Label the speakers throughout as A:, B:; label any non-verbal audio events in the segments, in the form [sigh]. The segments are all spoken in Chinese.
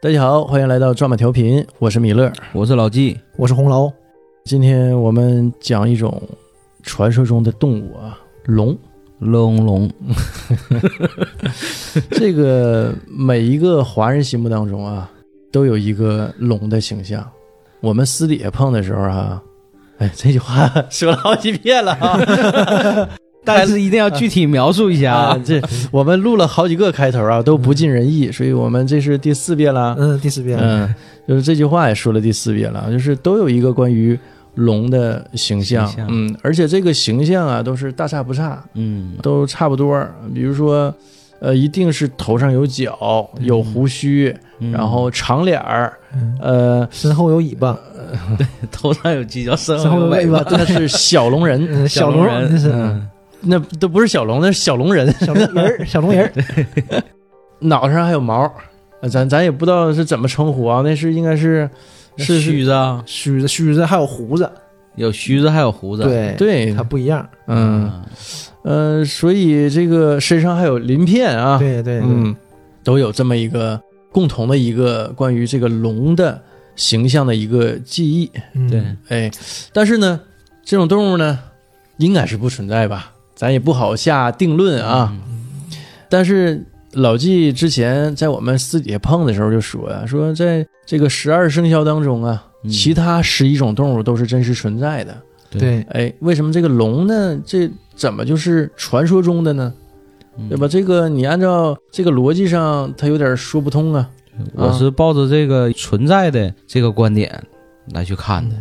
A: 大家好，欢迎来到抓马调频，我是米勒，
B: 我是老纪，
C: 我是红楼。
A: 今天我们讲一种传说中的动物啊，龙。 [laughs]
B: 龙龙，
A: 这个每一个华人心目当中啊，都有一个龙的形象。我们私底下碰的时候啊， [laughs] 哎，这句话说了好几遍了啊。
C: [laughs]
A: [laughs]
B: 但是一定要具体描述一下
A: 啊
B: 啊，！
A: 这我们录了好几个开头啊，都不尽人意，所以我们这是第四遍了。
C: 嗯，第四遍。
A: 嗯，就是这句话也说了第四遍了，就是都有一个关于龙的形象，
B: 形象
A: 嗯，而且这个形象啊都是大差不差，
B: 嗯，
A: 都差不多儿。比如说，呃，一定是头上有角，有胡须，
B: 嗯
A: 然后长脸儿，
C: 嗯，
A: 呃，
C: 身后有尾巴，
B: 头上有犄角，身
C: 身后
B: 有
C: 有
B: 尾
C: 尾
B: 巴
C: 巴，
A: 呃那是小龙人，
C: [laughs] 嗯，
B: 小
C: 小
B: 龙
C: 龙
B: 人
C: 那是
A: 嗯，那都不是小龙，那是小龙人，
C: 小龙人儿，小龙人儿。
A: 脑上还有毛儿，呃咱咱也不知道是怎么称呼啊，那是应该是是是
B: 须子啊，
C: 须子，须子还有胡子，
B: 有须子，还有胡子，，
C: 对，
A: 对
C: 它，不一样。
A: 嗯。呃，所以这个身上还有鳞片啊，
C: 对对对，
A: 嗯，都有这么一个共同的一个关于这个龙的形象的一个记忆，
C: 嗯
B: 对，
A: 哎，但是呢，这种动物呢，应该是不存在吧，咱也不好下定论
C: 嗯
A: 啊。
B: 嗯
A: 但是老纪之前在我们私底下碰的时候就说啊，说在这个十二生肖当中啊，
B: 嗯
A: 其他十一种动物都是真实存在的，
C: 对，
A: 哎，为什么这个龙呢？这怎么就是传说中的呢？
B: 嗯
A: 对吧？？这个你按照这个逻辑上，它有点说不通啊。
B: 我是抱着这个存在的这个观点来去看的，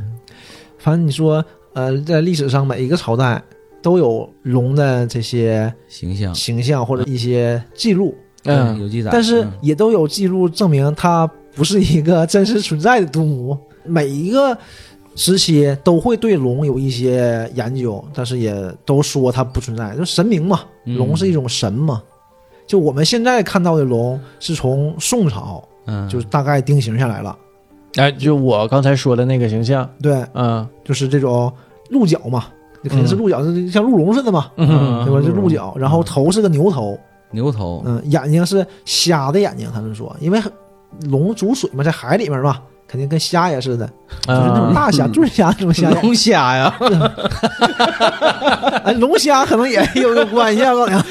C: 反正你说，呃，在历史上每一个朝代都有龙的这些
B: 形象，
C: 形象或者一些记录，
B: 嗯，
A: 嗯，
B: 有记载，
C: 但是
B: 嗯
C: 也都有记录证明它不是一个真实存在的动物。每一个时期都会对龙有一些研究，但是也都说它不存在，就神明嘛，
B: 嗯
C: 龙是一种神嘛。就我们现在看到的龙，是从宋朝
B: 嗯，
C: 就是大概定型下来了。
A: 哎，就我刚才说的那个形象，
C: 对，
A: 嗯
C: 就是这种鹿角嘛，就肯定是鹿角，是像鹿茸似的嘛，
A: 嗯
C: 对吧？就鹿角，然后头是个牛头，
B: 牛头，
C: 嗯，眼睛是瞎的眼睛，他们说，因为龙煮水嘛，在海里面嘛，肯定跟虾也似的，就是那种
A: 啊，
C: 大虾、醉虾那种虾。
B: 龙虾呀，
C: 哎，龙虾可能也有有关系啊，老梁。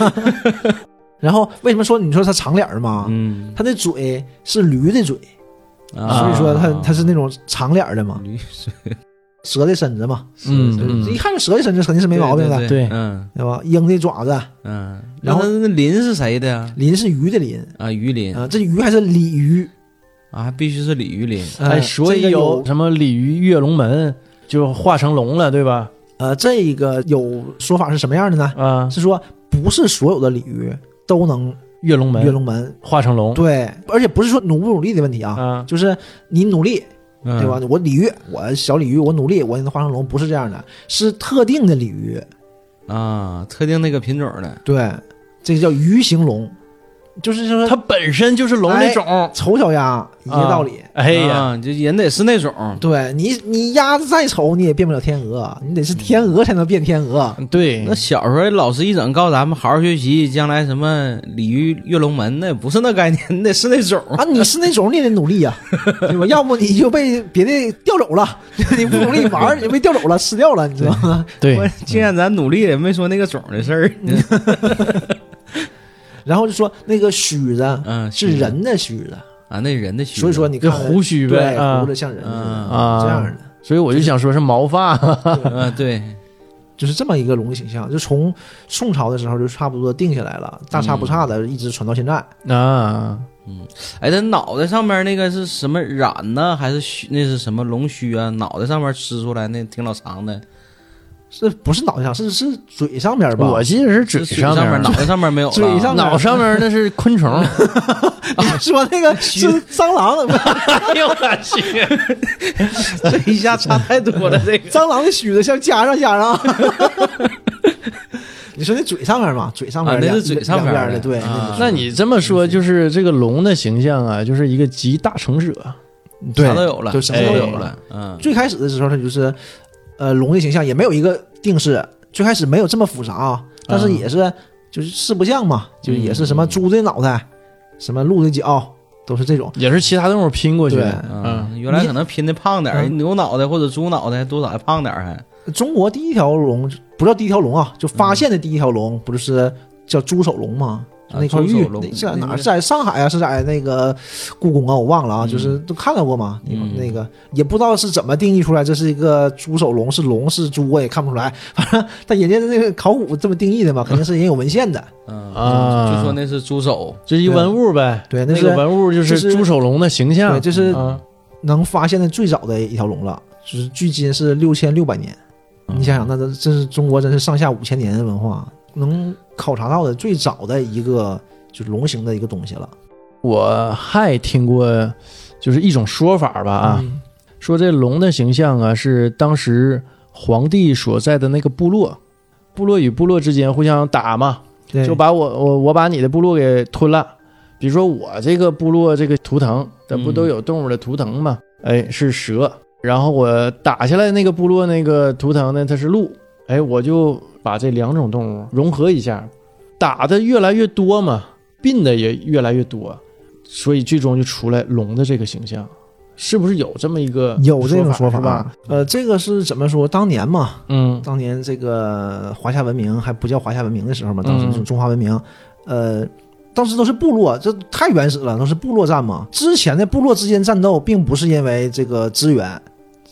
C: [laughs] 然后为什么说你说它长脸儿嘛？
B: 嗯，
C: 它的嘴是驴的嘴，
B: [laughs] 啊
C: 所以说它它是那种长脸儿的嘛，
B: 驴，
C: 蛇的身子嘛，
A: 嗯
C: 就
A: 嗯
C: 一看就蛇的身子肯定是没毛病的，
A: 对
B: 嗯
C: 对吧？鹰的爪子，
B: 嗯，
C: 然后
B: 那那鳞是谁的呀？
C: 鳞是鱼的鳞
B: 啊，鱼鳞
C: 啊，这鱼还是鲤鱼，
B: 啊，还必须是鲤鱼鳞，
C: 呃
A: 哎，所以
C: 这个
A: 有什么鲤鱼跃龙门就化成龙了，对吧？
C: 呃，这个有说法是什么样的呢？
A: 啊，
C: 是说不是所有的鲤鱼都能
A: 跃龙门
C: 跃龙门，
A: 化成龙，
C: 对，而且不是说努不努力的问题啊，
A: 啊，
C: 就是你努力，
B: 对
A: 嗯
C: 对吧？？我鲤鱼，我小鲤鱼，我努力，我也能化成龙，不是这样的，是特定的鲤鱼，
B: 啊，特定那个品种的，
C: 对，这个叫鱼形龙，就是说
A: 嗯它本身就是龙的种，
C: 丑小鸭一个哎道理。
A: 哎呀，
B: 啊，就人得是那种，
C: 对你，你鸭子再丑，你也变不了天鹅，你得是天鹅才能变天鹅。
A: 对
B: 那，小时候老师一整告诉咱们好好学习，将来什么鲤鱼跃龙门，那也不是那概念， [laughs] 你得是那
A: 嗯
B: 种。
C: 啊，你是那种你也得努
A: [laughs]
C: 力呀、啊对吧？要不你就被别的调走了， [laughs] 你不努力玩
A: [laughs]
C: 儿，你就被调走了，吃掉了，你知道吗？
A: 对
B: 我，既然咱努力了，也没说那个种的事儿。
C: [laughs] 然后就说那个须子
B: [laughs] 嗯，
C: 是人的须子，
A: 嗯
B: 啊，那人的须。
C: 所以说你
A: 跟
C: 看
A: 胡须呗，
C: 对
A: 啊
C: 胡子像人似的
B: 嗯
A: 啊
C: 这样的，
A: 所以我就想说是毛发，
B: 啊，对，
C: 就是这么一个龙形象，就从宋朝的时候就差不多定下来了，大差不差的
A: 嗯
C: 一直传到现在。
A: 啊，
B: 哎，他脑袋上面那个是什么染呢？还是须？那是什么龙须啊？脑袋上面吃出来那挺老长的，
C: 是不是脑袋上？是是嘴上边吧？
A: 我记得是嘴
B: 是上
A: 面
B: 面，脑袋上面没有了。
C: 嘴上
A: 脑上面啊那是昆 [laughs] 虫。
C: [laughs] 说
B: [laughs]
C: 那个是蟑螂，
A: 哎
C: [laughs]
A: 呦我去！
B: 这一下差太多 [laughs] 了，这个。
C: 蟑螂的须子像加上加上。 [laughs] 你说那嘴上面嘛，嘴上面
B: 啊那是
C: 两
B: 嘴上面
C: 两
B: 的
C: 边的，对，
B: 啊
C: 个是
A: 那你这么说，就是这个龙的形象啊，就是一个集大成者。
C: 对
B: 啥都有了，
C: 就什么都
A: 哎
B: 有
C: 有了。
B: 了。嗯，
C: 最开始的时候，它就是，呃，龙的形象也没有一个定式，最开始没有这么复杂啊，
B: 嗯
C: 但是也是、就是四不像嘛，就也是什么猪的脑袋，什么鹿的脚，都是这种。
A: 也是其他动物拼过去的。
C: 对
A: 嗯，
B: 原来可能拼的胖点儿，
C: 嗯
B: 牛脑袋或者猪脑袋多少还胖点儿还。
C: 中国第一条龙不叫第一条龙啊，就发现的第一条龙，不就是叫猪首龙吗？
B: 啊
C: 那块
B: 猪
C: 玉
B: 首龙
C: 那是在
B: 那
C: 哪儿？
B: 个
C: 是在上海啊？是在那个故宫啊？我忘了啊，
B: 嗯
C: 就是都看到过嘛。那
B: 嗯
C: 个那个也不知道是怎么定义出来，这是一个猪首龙是龙是猪，我也看不出来。 [laughs] 反正但人家那个考古这么定义的嘛，肯定是人有文献的。
B: 嗯
A: 啊
B: 就说那是猪手，
A: 这一文物呗。
C: 对，
A: 那
C: 是
A: 个文物就
C: 这
A: 是
C: 是
A: 朱守龙的形象，
C: 对，这
B: 嗯
C: 是
A: 啊，
C: 能发现的最早的一条龙了，就是距今是六千六百年。
A: 嗯
C: 你想想，那这这是中国真是上下五千年的文化，能考察到的最早的一个就是龙形的一个东西了
A: 我还听过就是一种说法吧啊，
C: 嗯
A: 说这龙的形象啊是当时皇帝所在的那个部落，部落与部落之间互相打嘛，
C: 对，
A: 就把我我我把你的部落给吞了。比如说我这个部落这个图腾，咱不
B: 嗯
A: 都有动物的图腾嘛？哎，是蛇。然后我打下来那个部落那个图腾呢，它是鹿。哎，我就把这两种动物融合一下，打的越来越多嘛，并的也越来越多，所以最终就出来龙的这个形象，是不是有这么一个
C: 有这种
A: 说
C: 法
A: 是吧？
C: 呃，这个是怎么说？当年嘛，
A: 嗯
C: 当年这个华夏文明还不叫华夏文明的时候嘛，当时
A: 嗯
C: 中中华文明，呃。当时都是部落，这太原始了，都是部落战嘛。之前的部落之间战斗，并不是因为这个资源，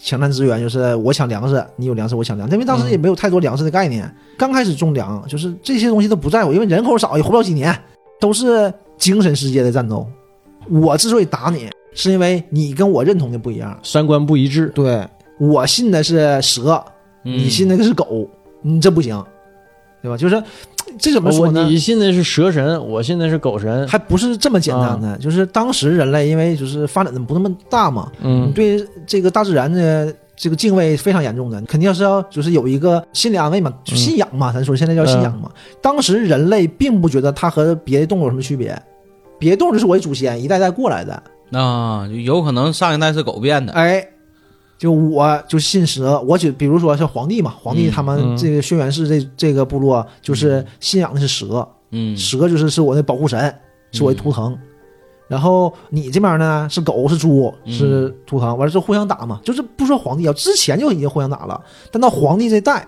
C: 抢占资源，就是我抢粮食，你有粮食我抢粮，因为当时也没有太多粮食的概念。刚开始种粮，就是这些东西都不在乎，因为人口少也活不了几年，都是精神世界的战斗。我之所以打你，是因为你跟我认同的不一样。
A: 三观不一致，
C: 对我信的是蛇，
A: 嗯
C: 你信
B: 的
C: 那个是狗，你这不行，对吧？就是这怎么说
A: 我
C: 呢？
A: 你信的是蛇神，我信的是狗神，
C: 还不是这么简单
A: 啊
C: 的，就是当时人类因为就是发展的不那么大嘛，你
A: 嗯
C: 对这个大自然的这个敬畏非常严重的，你肯定是要就是有一个心理安慰嘛，
A: 嗯
C: 就信仰嘛，咱说现在叫信仰嘛。当时人类并不觉得它和别的动物有什么区别，别的动物就是我的祖先一代代过来的，
B: 啊，就有可能上一代是狗变的，
C: 哎，就我就信蛇，我就比如说像皇帝嘛，皇帝他
A: 嗯嗯
C: 们这个轩辕氏这这个部落就是信仰的是蛇，
B: 嗯，
C: 蛇就是是我的保护神，是我的图腾。然后你这边呢是狗是猪是图腾，完了之后互相打嘛，就是不说皇帝啊，之前就已经互相打了，但到皇帝这代，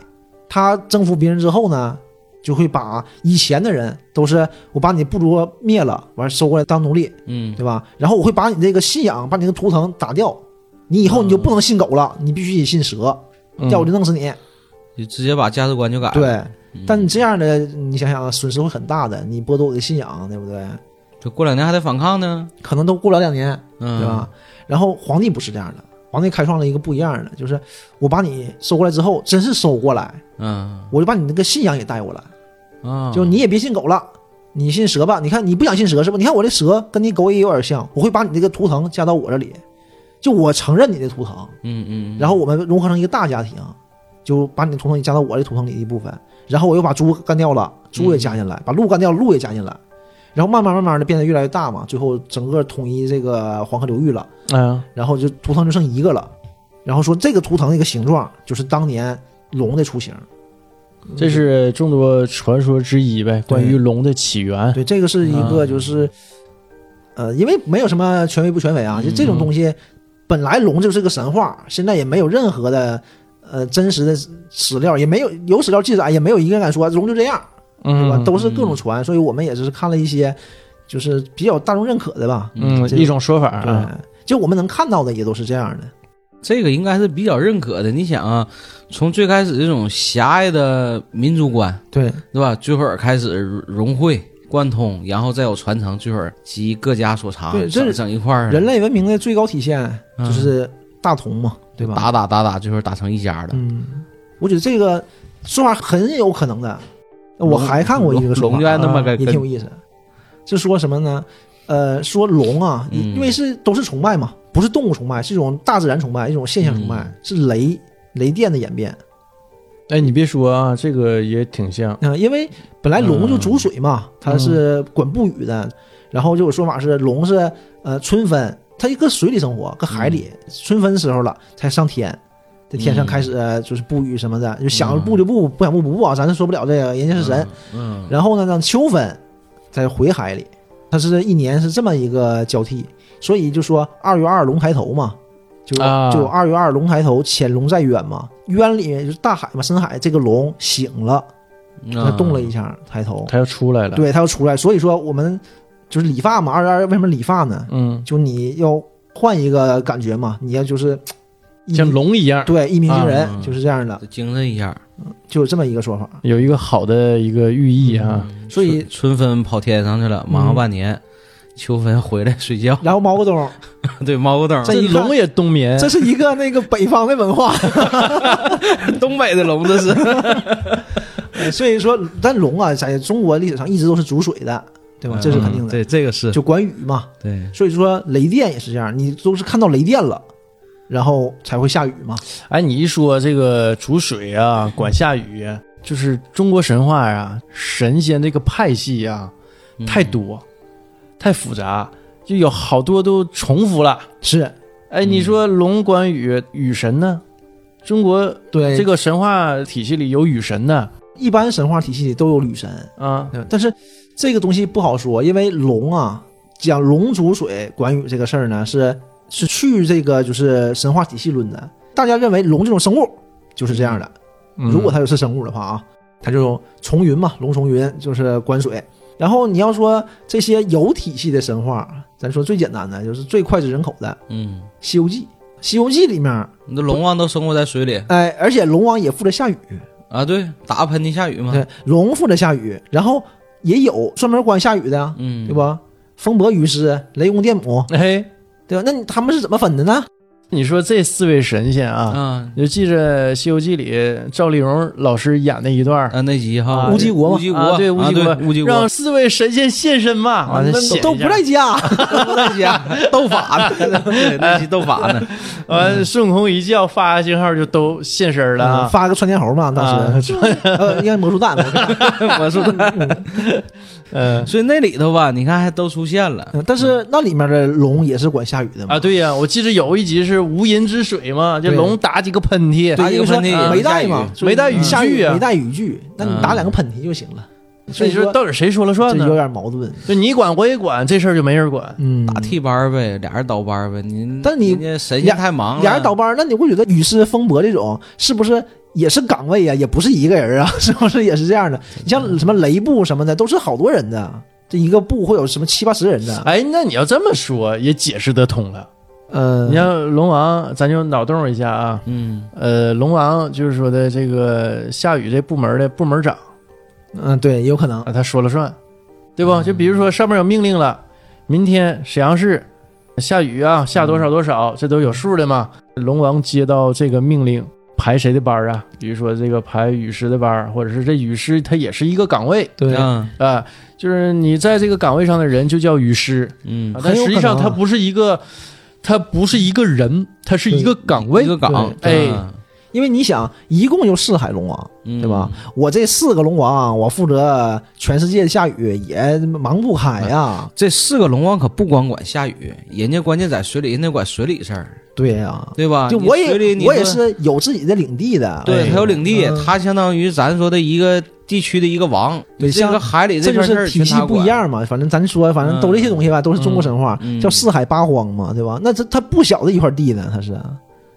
C: 他征服别人之后呢，就会把以前的人都是我把你部落灭了，完了收过来当奴隶，
B: 嗯
C: 对吧？然后我会把你这个信仰，把你这个图腾打掉，你以后你就
B: 嗯
C: 不能信狗了，你必须得信蛇，
A: 嗯
C: 要我就弄死你。
B: 就直接把价值观就改了，
C: 对，
B: 嗯，
C: 但你这样的，你想想啊损失会很大的，你剥夺我的信仰，对不对？
B: 就过两年还得反抗呢，
C: 可能都过不了两年，
B: 嗯，
C: 对吧？？然后皇帝不是这样的，皇帝开创了一个不一样的，就是我把你收过来之后，真是收过来，
B: 嗯
C: 我就把你那个信仰也带过来，
B: 啊，
C: 就你也别信狗了。你信蛇吧？你看你不想信蛇是吧？你看我这蛇跟你狗也有点像，我会把你这个图腾加到我这里，就我承认你的图腾，
B: 嗯嗯，
C: 然后我们融合成一个大家庭，就把你的图腾也加到我的图腾里的一部分，然后我又把猪干掉了，猪也加进来，把鹿干掉，鹿也加进来，然后慢慢慢慢的变得越来越大嘛，最后整个统一这个黄河流域了，
A: 啊
C: 然后就图腾就剩一个了，然后说这个图腾那个形状就是当年龙的雏形，
A: 这是众多传说之一呗，关于龙的起源。
C: 对，这个是一个就是，呃，因为没有什么权威不权威啊，就这种东西，本来龙就是个神话，现在也没有任何的呃真实的史料，也没有有史料记载，也没有一个人敢说龙就这样，对吧？
A: 嗯，
C: 都是各种传，所以我们也是看了一些就是比较大众认可的吧，
A: 嗯，
C: 这
A: 一种说法
C: 对
A: 啊，，
C: 就我们能看到的也都是这样的，
B: 这个应该是比较认可的。你想啊，从最开始这种狭隘的民族观，
C: 对
B: 对吧？最后儿开始融汇、贯通，然后再有传承，最后儿集各家所长，
C: 对这
B: 整
C: 是
B: 整一块儿了，
C: 人类文明的最高体现
B: 嗯
C: 就是大同嘛，对吧？
B: 打打打打，最后儿打成一家了。
C: 嗯，我觉得这个说法很有可能的。嗯我
B: 龙
C: 还看过一个说
B: 龙
C: 法，
B: 龙就按那么
C: 啊
B: 个
C: 也挺有意思。是说什么呢？呃，说龙啊，
B: 嗯
C: 因为是都是崇拜嘛，不是动物崇拜，是一种大自然崇拜，一种现象崇拜，
B: 嗯
C: 是雷雷电的演变。
A: 哎，你别说啊，这个也挺像。
C: 嗯、因为本来龙就主水嘛，它是管不雨的，然后就有说法是龙是呃春分，它一个水里生活，搁海里，春分时候了才上天，在天上
B: 嗯
C: 开始呃就是布雨什么的，就想布就布，不想布不布啊，咱是说不了这个，人家是神。
B: 嗯，
C: 然后呢，让秋分再回海里，它是一年是这么一个交替，所以就说二月二龙抬头嘛，就、
A: 啊
C: 就二月二龙抬头，潜龙在渊嘛，渊里面就是大海嘛，深海这个龙醒了，它
B: 那
C: 动了一下抬头，
A: 他要出来了。，
C: 对，它要出来，所以说我们就是理发嘛，二月二为什么理发呢？
A: 嗯，
C: 就你要换一个感觉嘛，你要就是一
A: 像
C: 鸣
A: 龙一样，
C: 对一鸣惊人、
B: 啊
C: 就是这样的，
B: 精神一下，
C: 就有这么一个说法。
A: 有一个好的一个寓意啊。
C: 所以
B: 嗯
C: 嗯
B: 春春分跑天上去了，忙活半年，秋分回来睡觉。 [laughs]
C: 然后毛泽东，
B: 对，猫个灯，
C: 这
A: 这
C: 一看
A: 龙也冬眠，
C: 这是一个那个北方的文化，
B: 东北的龙这是。
C: 呃所以说，但龙啊，在中国历史上一直都是主水的，对吧？这是肯定
B: 嗯
C: 的。
B: [laughs] 对，这个是
C: 就关羽嘛，
B: 对。
C: 所以说雷电也是这样，你都是看到雷电了，然后才会下雨嘛。
A: 哎，你一说这个煮水啊，管下雨，就是中国神话啊，神仙这个派系啊，太多，太复杂，就有好多都重复了。
C: 是
A: 哎，你说
C: 嗯
A: 龙管雨，雨神呢？中国
C: 对
A: 这个神话体系里有雨神呢，
C: 一般神话体系里都有女神，
A: 啊，
C: 呃对吧但是这个东西不好说，因为龙啊，讲龙主水管羽这个事儿呢，是是去这个就是神话体系论的。大家认为龙这种生物就是这样的，
A: 嗯
C: 如果它是生物的话啊，它就从云嘛，龙从云就是管水。然后你要说这些有体系的神话，咱说最简单的就是最脍炙人口的
B: 嗯，
C: 《西游记》。《西游记》里面，
B: 那龙王都生活在水里
C: 哎，而且龙王也负责下雨，
B: 啊，对，打个喷嚏下雨嘛。
C: 对，龙负责下雨，然后也有专门管下雨的啊呀，
B: 嗯，
C: 对？吧？风伯雨师、雷公电母，
A: 哎，
C: 对吧？那你他们是怎么分的呢？
A: 你说这四位神仙
C: 嗯
A: 啊，
B: 啊
A: 你就记着《西游记》里赵丽蓉老师演那一段儿，
B: 啊，那集哈，
A: 啊
B: 乌
A: 乌
C: 鸡国嘛
B: 乌鸡
A: 啊
B: 国，
A: 对乌鸡国
B: 啊对乌鸡国
A: 让四位神仙现身嘛，完了
C: 嗯啊那
A: 啊显一下
C: 都不在家，
B: 那集啊 [laughs] 斗法
C: [laughs]
B: 呢，哎对，那集斗法呢，
A: 完，呃孙悟空一叫发个信号就都现身了
C: 嗯
A: 啊！
C: 发个窜天猴嘛，当
A: 啊 [laughs]
C: 时，呃，应该魔术蛋，魔术蛋
B: 魔术的。
A: 嗯
B: [laughs] 所以那里头吧，你看还都出现了，
C: 嗯但是那里面的龙也是管下雨的嘛
A: 啊，，对呀，我记得有一集是无人之水嘛，这
C: 对
A: 龙打几个喷嚏，
B: 对
C: 对，因为说啊
B: 因为说
C: 没带嘛，
A: 没带雨具啊嗯
C: 下雨没带雨具，那你打两个喷嚏就行了。
A: 所以说到底谁说了
C: 这
A: 算
C: 有
A: 呢？
C: 点矛盾，
A: 就你管我也管，这事儿就没人管。
C: 嗯，
B: 打替班儿呗，俩人倒班儿呗。你
C: 但你
B: 人家神仙太忙了，
C: 俩人倒班儿，那你会觉得雨师风伯这种是不是也是岗位啊？也不是一个人啊， [laughs] 是不是也是这样的？你像什么雷部什么的，都是好多人的，这一个部会有什么七八十人的，
A: 哎，那你要这么说也解释得通了。
C: 呃，
A: 你像龙王，咱就脑洞一下啊，
B: 嗯，
A: 呃，龙王就是说的这个下雨这部门的部门长
C: 嗯，对，有可能，
A: 啊，他说了算，对吧？就比如说上面有命令了，明天沈阳市下雨啊，下多少多少，这都有数的嘛。龙王接到这个命令，排谁的班儿啊？比如说这个排雨师的班儿，或者是这雨师他也是一个岗位
C: 对
B: 嗯
A: 啊、就是你在这个岗位上的人就叫雨师，
B: 嗯
A: 啊，
C: 很
A: 但
C: 有
A: 实际
C: 可
A: 上
C: 能啊
A: 他不是一个，他不是一个人，他是一个岗位
B: 一。个岗，
A: 对
B: 嗯
C: 因为你想，一共有四海龙王，
B: 嗯
C: 对吧？我这四个龙王，我负责全世界下雨也忙不开啊呀、
B: 这四个龙王可不光管下雨，人家关键在水里，人家管水里事儿，
C: 对呀、
B: 对吧？
C: 就
B: 你
C: 我
B: 水里
C: 也
B: 你
C: 我也
B: 说，
C: 是有自己的领地的，
B: 对
C: 哎
B: 他有领地，
C: 嗯
B: 他相当于咱说的一个地区的一个王，
C: 对
B: 你这个
C: 像
B: 海里
C: 这就
B: 边事儿
C: 是体
B: 全
C: 系
B: 他
C: 不
B: 管
C: 一。样嘛。反正咱说，反正都这些东西吧，都是中国神话，
B: 嗯
C: 叫四海八荒嘛，对吧？那这它不小的一块地呢，它是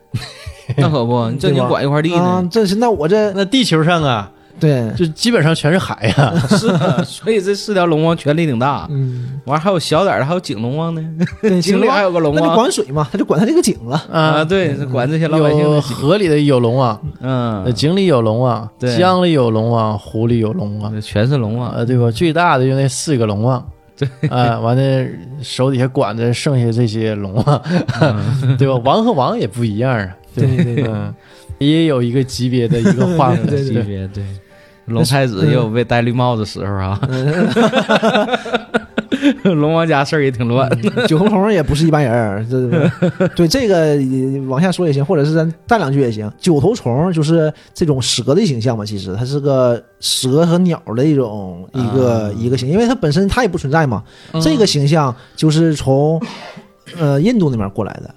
B: [laughs] 那可不，你正经管一块地
C: 啊
B: [laughs] 呢，，
C: 这是那我这
A: 那地球上啊，
C: 对，
A: 就基本上全是海呀、
B: 是的， [laughs] 所以这四条龙王权力挺大。
C: 嗯，
B: 完还有小点儿的，还有井龙王呢，
C: [laughs] 对，
B: 井里还有个龙
C: 那就
B: 王
C: 管水嘛，他就管他这个井 [laughs] 了。
B: 啊，
A: [laughs] 啊。
B: 对，这管这些老百姓
A: 有
B: 的井，
A: 河里的有龙王，
C: [laughs]
A: 呃
B: 嗯，
A: 井里有龙王，
B: 对
A: 江里有龙王，湖里有龙王，
B: 这全是龙王，
A: 呃，对吧？最大的就那四个龙王，
B: 对
A: 啊，完了手底下管着剩下这些龙王， [laughs] 对吧？王和王也不一样啊，
C: 对对对
A: 嗯，也有一个级别的一个划分，
C: 对嗯
B: 级别对。龙太子也有被戴绿帽子时候啊， [laughs] 龙王家事儿也挺乱。
C: 九红童也不是一般人儿，这对这个也往下说也行，或者是咱带两句也行。九头虫就是这种蛇的形象嘛，其实它是个蛇和鸟的一种一个、一个形，因为它本身它也不存在嘛。
B: 嗯
C: 嗯这个形象就是从呃印度那边过来的，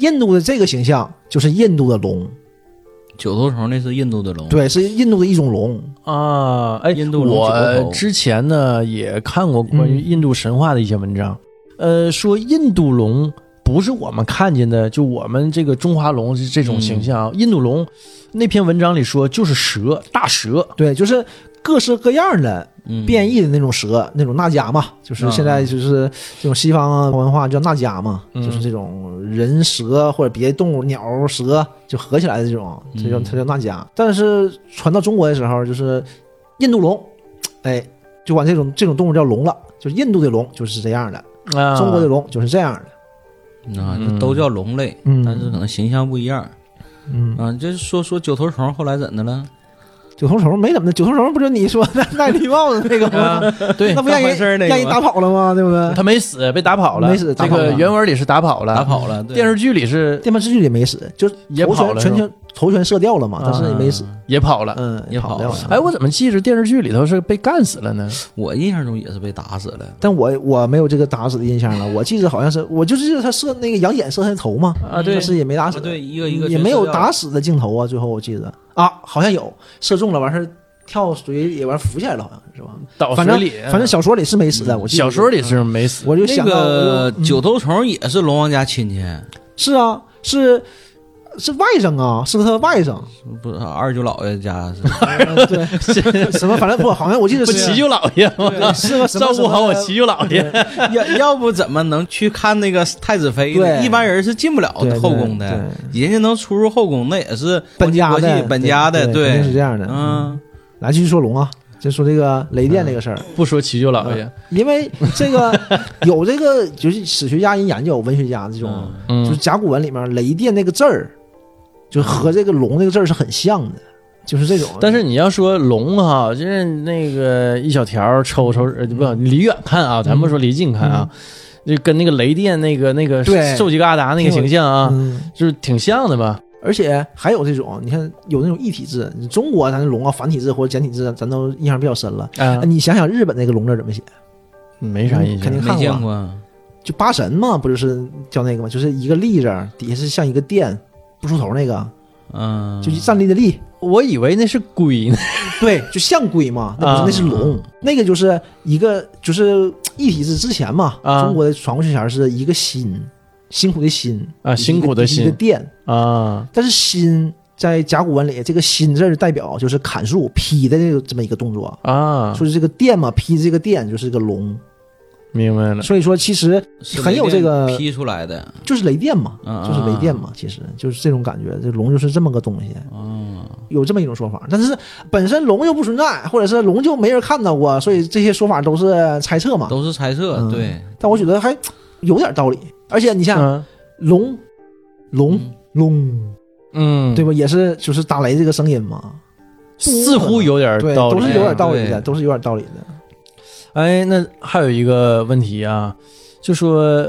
C: 印度的这个形象就是印度的龙，
B: [laughs] 九头虫那是印度的龙，
C: 对，是印度的一种龙，
A: 啊，哎，
B: 印度龙九
A: 我
B: 头
A: 之前呢也看过关于
C: 嗯
A: 印度神话的一些文章，呃，说印度龙不是我们看见的，就我们这个中华龙是这种形象啊。印度龙那篇文章里说就是蛇，大蛇，
C: 对，就是各式各样的
B: 嗯
C: 变异的那种蛇，那种纳迦嘛，就是
B: 嗯
C: 现在就是这种西方文化叫纳迦嘛，
A: 嗯
C: 就是这种人蛇或者别的动物鸟蛇就合起来的这种，这叫
B: 嗯
C: 它叫纳迦。但是传到中国的时候，就是印度龙，哎，就管这种这种动物叫龙了，就是印度的龙就是这样的，
A: 啊、
C: 中国的龙就是这样的。
B: 啊，
A: 嗯
B: 这都叫龙类，
C: 嗯
B: 但是可能形象不一样
C: 嗯，
B: 啊。就是说说九头虫后来怎的了？
C: 九头虫没怎么的，九头虫不就你说的戴绿帽子那个吗？
A: 啊，对
C: 那，不让
B: 当回
C: 人
B: 事儿那个
C: 让人
B: 吗
C: 打跑了吗？对不对？
A: 他没死，被打跑了，
C: 没死打
A: 这
C: 跑了
A: 个原文里是打跑了，
B: 打跑了，对
A: 电视剧里是
C: 电鳗之剧里没死，就是
A: 也
C: 头
A: 跑
C: 全
A: 了
C: 全
A: 是吧
C: 全头全射掉了嘛，但是也没死。
A: 也跑了。
C: 嗯，
B: 也
C: 跑
B: 跑
C: 掉
B: 了
A: 哎，
C: 哎，
A: 我怎么记着电视剧里头是被干死了呢？
B: 我印象中也是被打死了。
C: 但我我没有这个打死的印象了。我记得好像是，我就记得他射那个杨戬射他的头嘛，
A: 啊，对
C: 但，是也没打死，
B: 啊对，一个一个
C: 也
B: 全
C: 没有
B: 吃掉
C: 打死的镜头啊。最后我记得啊，好像有射中了，完事儿跳水里，完浮起来了，好像是吧？
A: 倒
C: 反
A: 水
C: 正
A: 里，嗯
C: 反正小说里是没死的，我记得
A: 小说里嗯是没死，
C: 我就
B: 那
C: 想到
B: 个
C: 我就嗯
B: 九头虫也是龙王家亲戚，
C: 是啊，是是外甥啊，是他的外
B: [laughs]
C: 甥，
B: 不是二舅姥爷家是
C: [laughs] 呃对，什么反正不，好像我记得
A: 不
C: 是
A: 齐舅老爷吗？
B: [laughs]
C: 是个什么
A: 照顾好我
C: 什么
A: 齐舅老爷。
B: 要要不怎么能去看那个太子妃呢？
C: 对
B: 一般人是进不了
C: 对对
B: 哦后宫的，人家能出入后宫，那也是
C: 本家
B: 国
C: 的
B: 际本家的，
C: 对，肯定是这样的。
B: 嗯，
C: 来，继续说龙啊，就说这个雷电这个事儿，
A: 不说齐舅
C: 嗯
A: 老爷，
C: 因为
B: [laughs]
C: 这个有这个就是史学家人研究，文学家这种，
A: 嗯
C: 就是甲骨文里面雷电那个字儿，就和这个龙那个字儿是很像的，就是这种。嗯
A: 但是你要说龙哈，就是那个一小条儿抽抽，呃不，
C: 嗯
A: 离远看啊，咱不说离近看啊，就跟那个雷电那个那个
C: 对
A: 兽吉嘎达那个形象啊，
C: 嗯，
A: 就是挺像的吧？
C: 而且还有这种，你看有那种异体字，你中国咱龙啊繁体字或者简体字，咱都印象比较深了。
A: 啊，
C: 你想想日本那个龙字怎么写？
A: 没啥印象
C: 肯定。
B: 嗯没
C: 看
B: 见过。
C: 就八神嘛，不就是叫那个吗？就是一个立字儿，底下是像一个电，不出头那个，
B: 嗯，
C: 就是站立的立。
A: 我以为那是龟
C: 嗯
A: 呢，
C: 对，就象龟嘛，那
A: 啊
C: 不是那是龙，那个就是一个就是一体字之前嘛，
A: 啊
C: 中国的传过去前是一个辛，辛苦的辛
A: 啊辛苦的辛
C: 一个电，
A: 啊，
C: 但是辛在甲骨文里这个辛字儿代表就是砍树劈的这个这么一个动作，
A: 啊，
C: 所以这个电嘛，劈这个电就是个龙，
A: 明白了。
C: 所以说其实
B: 是
C: 很有这个
B: 雷电劈出来的，
C: 就是雷电嘛，
B: 嗯
C: 就是雷电嘛，其实就是这种感觉，这龙就是这么个东西。
B: 嗯，
C: 有这么一种说法，但是本身龙又不存在，或者是龙就没人看到过，所以这些说法都是猜测嘛。
B: 都是猜测
C: 嗯，
B: 对，
C: 但我觉得还有点道理。而且你像
A: 嗯
C: 龙，龙，龙，
A: 嗯，
C: 对吧？也是就是打雷这个声音嘛，
A: 似乎有点
C: 对，
A: 道
C: 都
A: 理
C: 是。有点道理
B: 对
C: 的，都是有点道理的。
A: 哎，那还有一个问题啊，就说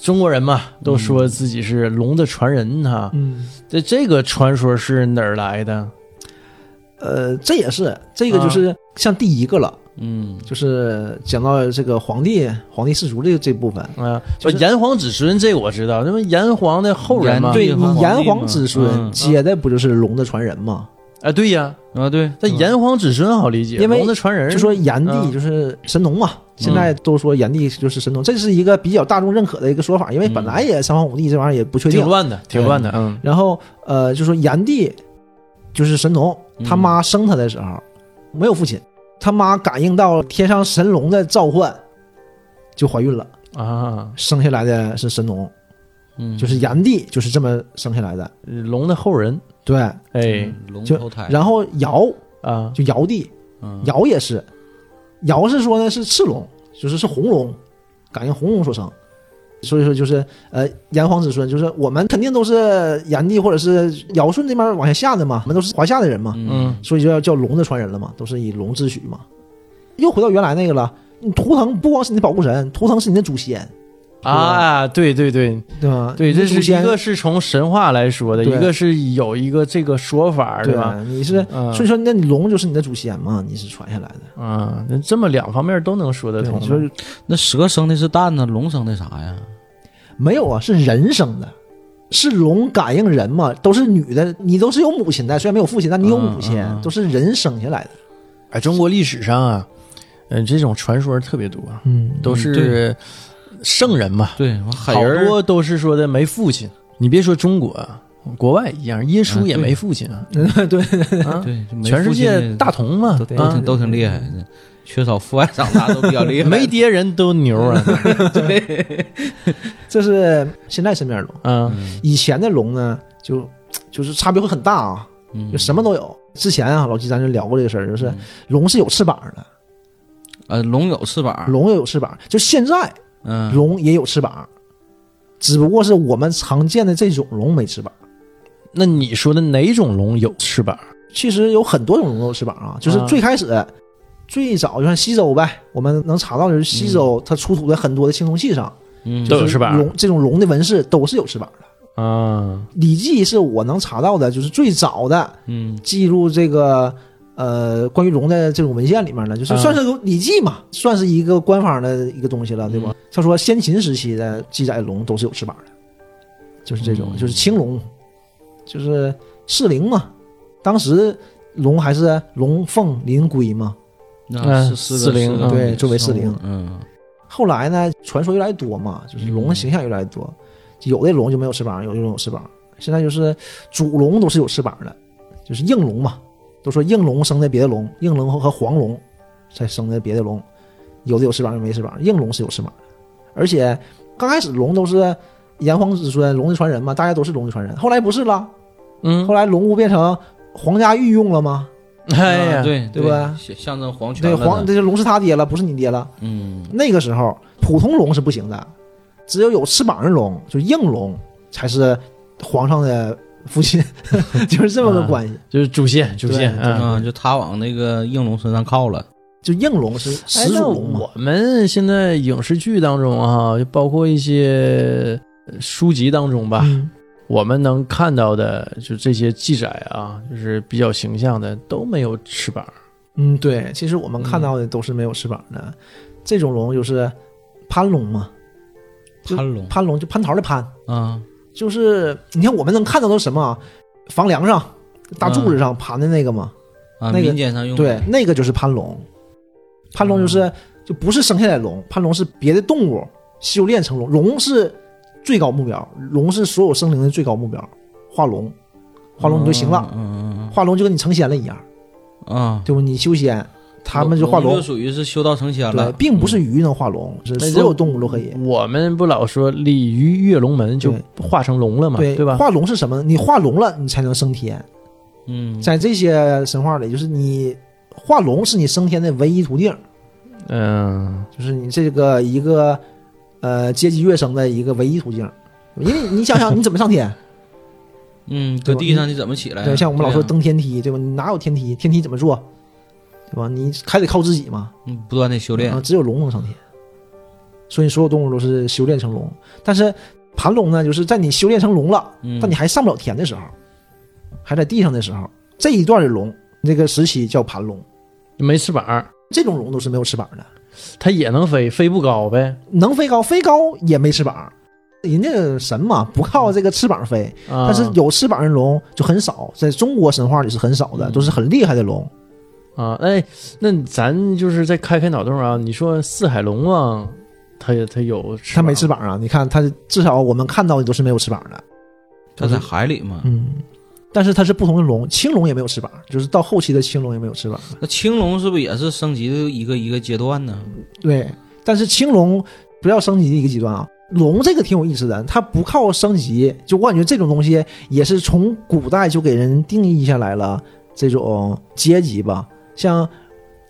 A: 中国人嘛，都说自己是龙的传人哈、
C: 嗯，
A: 这这个传说是哪儿来的？
C: 呃，这也是这个就是像第一个了，
B: 嗯，
C: 就是讲到这个皇帝、皇帝氏族这这部分。
A: 啊，
C: 就是
A: 炎黄子孙这个我知道，那么炎黄的后人嘛，
B: 炎
C: 对
B: 炎
C: 你
B: 黄
C: 炎
B: 帝嘛
C: 黄子孙
B: 嗯
C: 接的不就是龙的传人吗？
A: 啊，对呀，
B: 啊，对，
A: 那炎黄子孙好理解，
C: 因为
A: 龙的传人，
C: 就说炎帝
A: 嗯
C: 就是神农
B: 嗯
C: 嘛，现在都说炎帝就是神农，这是一个比较大众认可的一个说法，因为本来也三皇五帝这玩意儿也不确定
A: 挺。乱的，挺乱的，嗯
C: 然后呃，就说炎帝就是神农，
B: 嗯
C: 他妈生他的时候没有父亲，他妈感应到天上神龙的召唤，就怀孕了，
A: 啊，
C: 生下来的是神农，
B: 嗯
C: 就是炎帝就是这么生下来的。
A: 龙的后人，
C: 对，
A: 哎
B: 嗯龙
C: 就
B: 头胎，
C: 然后尧
A: 啊，
C: 就尧帝，
B: 嗯
C: 尧也是，尧是说呢是赤龙，就是是红龙，感应红龙所生，所以说就是呃炎黄子孙，就是我们肯定都是炎帝或者是尧舜这边往下下的嘛，我们都是华夏的人嘛，
A: 嗯，
C: 所以就要叫龙的传人了嘛，都是以龙自诩嘛。又回到原来那个了，你图腾不光是你的保护神，图腾是你的祖先，
A: 啊，对对对
C: 对吧？
A: 对，
C: 你的
A: 这
C: 祖
A: 是一
C: 先
A: 个是从神话来说的，
C: 对
A: 一个是有一个这个说法，
C: 对啊
A: 吧？？
C: 你是，
A: 嗯
C: 所以说那你龙就是你的祖先嘛，你是传下来的。
A: 啊，那这么两方面都能说得
C: 对，
A: 通
C: 你，说
B: 那蛇生的是蛋呢，龙生的啥呀？
C: 没有啊，是人生的，是龙感应人嘛，都是女的，你都是有母亲的，虽然没有父亲，但你有母亲，
B: 嗯嗯嗯
C: 都是人生下来的。
A: 哎，中国历史上啊，嗯、这种传说特别多，啊
C: 嗯
A: 都是圣人嘛，
B: 对，我海
A: 好
B: 人儿
A: 多都是说的没父亲。你别说中国啊，国外一样，耶稣也没父亲啊，
C: 对，
A: 啊
B: 对，就没
A: 全世
B: 父亲
A: 界
B: 的
A: 大同嘛
B: 都，都
A: 啊
C: 嗯
B: 挺，都挺厉害的，缺少父爱长大都比较厉害。
A: 没爹人都牛啊，
C: 这是现在身边的龙。
B: 嗯
A: 啊，
C: 以前的龙呢，就就是差别会很大啊，
B: 嗯
C: 就什么都有。之前啊，老季咱就聊过这个事儿，就是龙是有翅膀的，
B: 呃，龙有翅膀，
C: 龙也有翅膀。就现在
B: 嗯，
C: 龙也有翅膀，只不过是我们常见的这种龙没翅膀。
A: 那你说的哪种龙有翅膀？
C: 其实有很多种龙有翅膀啊，就是
A: 啊
C: 最开始、最早就像西周呗，我们能查到就是西周它出土的很多的青铜器上，
B: 嗯
A: 嗯都有
C: 就是
A: 翅膀
C: 龙这种龙的纹饰都是有翅膀的。
A: 啊，
C: 《礼嗯记》是我能查到的，就是最早的
B: 嗯
C: 记录这个呃关于龙的这种文献里面呢，就是
B: 啊
A: 嗯
C: 算是个《礼记》嘛，算是一个官方的一个东西了，对
B: 嗯
C: 吧？他说先秦时期的记载龙都是有翅膀的，就是这种，
B: 嗯
C: 就是青龙，就是士陵嘛，当时龙还是龙凤麟龟嘛。
B: 那
A: 嗯
B: 是四
A: 四
B: 个
A: 零
B: 四个
A: 嗯
C: 对周围四零
B: 生物嗯
C: 后来呢，传说越来越多嘛，就是龙的形象越来越多，有的龙就没有翅膀，有的龙有翅膀。现在就是主龙都是有翅膀的，就是应龙嘛，都说应龙生的别的龙，应龙和黄龙才生的别的龙，有的有翅膀，有的没翅膀，应龙是有翅膀的。而且刚开始龙都是炎黄子孙，龙的传人嘛，大家都是龙的传人。后来不是了，
A: 嗯
C: 后，来龙物变成皇家御用了吗？
A: 哎呀，
B: 啊对
C: 啊嗯对吧
B: 象象征皇权
C: 对，
B: 了呢
C: 皇这龙是他爹了，不是你爹了。
B: 嗯
C: 那个时候普通龙是不行的，只有有翅膀的龙，就是应龙，才是皇上的父亲， [laughs] 就是这么个关系。
A: 就是主线，主线
C: 对
A: 啊。
B: 啊，就他往那个应龙身上靠了，
C: 就应龙是始
A: 哎那
C: 祖龙嘛，
A: 我们现在影视剧当中哈、就包括一些呃书籍当中吧，
C: 嗯
A: 我们能看到的就这些记载啊，就是比较形象的都没有翅膀。
C: 嗯，对，其实我们看到的都是没有翅膀的，这种龙就是攀龙嘛，就
B: 攀龙
C: 攀龙就蟠桃的蟠，
B: 啊，
C: 就是你看我们能看到都是什么啊？房梁上、大柱子上盘的那个嘛，
B: 啊，
C: 那个
B: 民间上用的
C: 对，那个就是攀龙。攀龙就是、
A: 嗯
C: 就不是生下来的龙，攀龙是别的动物修炼成龙，龙是最高目标，龙是所有生灵的最高目标，化龙，化龙你就行了，，
B: 嗯嗯
C: 化龙就跟你成仙了一样，
B: 嗯啊，
C: 对不？你修仙，他们就化
B: 龙
C: 龙
B: 就，属于是修道成仙
C: 对
B: 了，，
C: 并不是鱼能化龙，是
A: 嗯那就嗯
C: 所有动物都可以。
A: 我们不老说鲤鱼跃龙门就
C: 对
A: 化成龙了嘛，对
C: 对
A: 吧？
C: 化龙是什么？你化龙了，你才能升天。
B: 嗯，
C: 在这些神话里，就是你化龙是你升天的唯一途径，
A: 嗯，
C: 就是你这个一个呃阶级跃升的一个唯一途径。因为你想想，你怎么上天？
B: 嗯，搁地上你怎么起来啊？
C: 对，像我们老
B: [laughs]
C: 说
B: 对啊，
C: 登天梯，对吧？你哪有天梯？天梯怎么做？对吧？你还得靠自己嘛。
B: 嗯不断的修炼
C: 啊，，只有龙能上天，所以所有动物都是修炼成龙。但是盘龙呢，就是在你修炼成龙了，
B: 嗯
C: 但你还上不了天的时候，还在地上的时候，这一段的龙，这个时期叫盘龙。
A: 没翅膀，
C: 这种龙都是没有翅膀的，
A: 它也能飞，飞不高呗。
C: 能飞高，飞高也没翅膀。人家神嘛，不靠这个翅膀飞，
A: 啊、
C: 但是有翅膀的龙就很少，在中国神话里是很少的，
B: 嗯
C: 都是很厉害的龙。
A: 啊，哎，那咱就是再开开脑洞啊，你说四海龙王，它也它有翅
C: 它
A: 膀，
C: 没翅膀啊！你看它至少我们看到的都是没有翅膀的，
B: 它在海里嘛。
C: 嗯，但是它是不同的龙，青龙也没有翅膀，就是到后期的青龙也没有翅膀。
B: 那青龙是不是也是升级的一个一个阶段呢？
C: 对，但是青龙不要升级的一个极端啊。龙这个挺有意思的，它不靠升级，就我感觉这种东西也是从古代就给人定义下来了这种阶级吧。像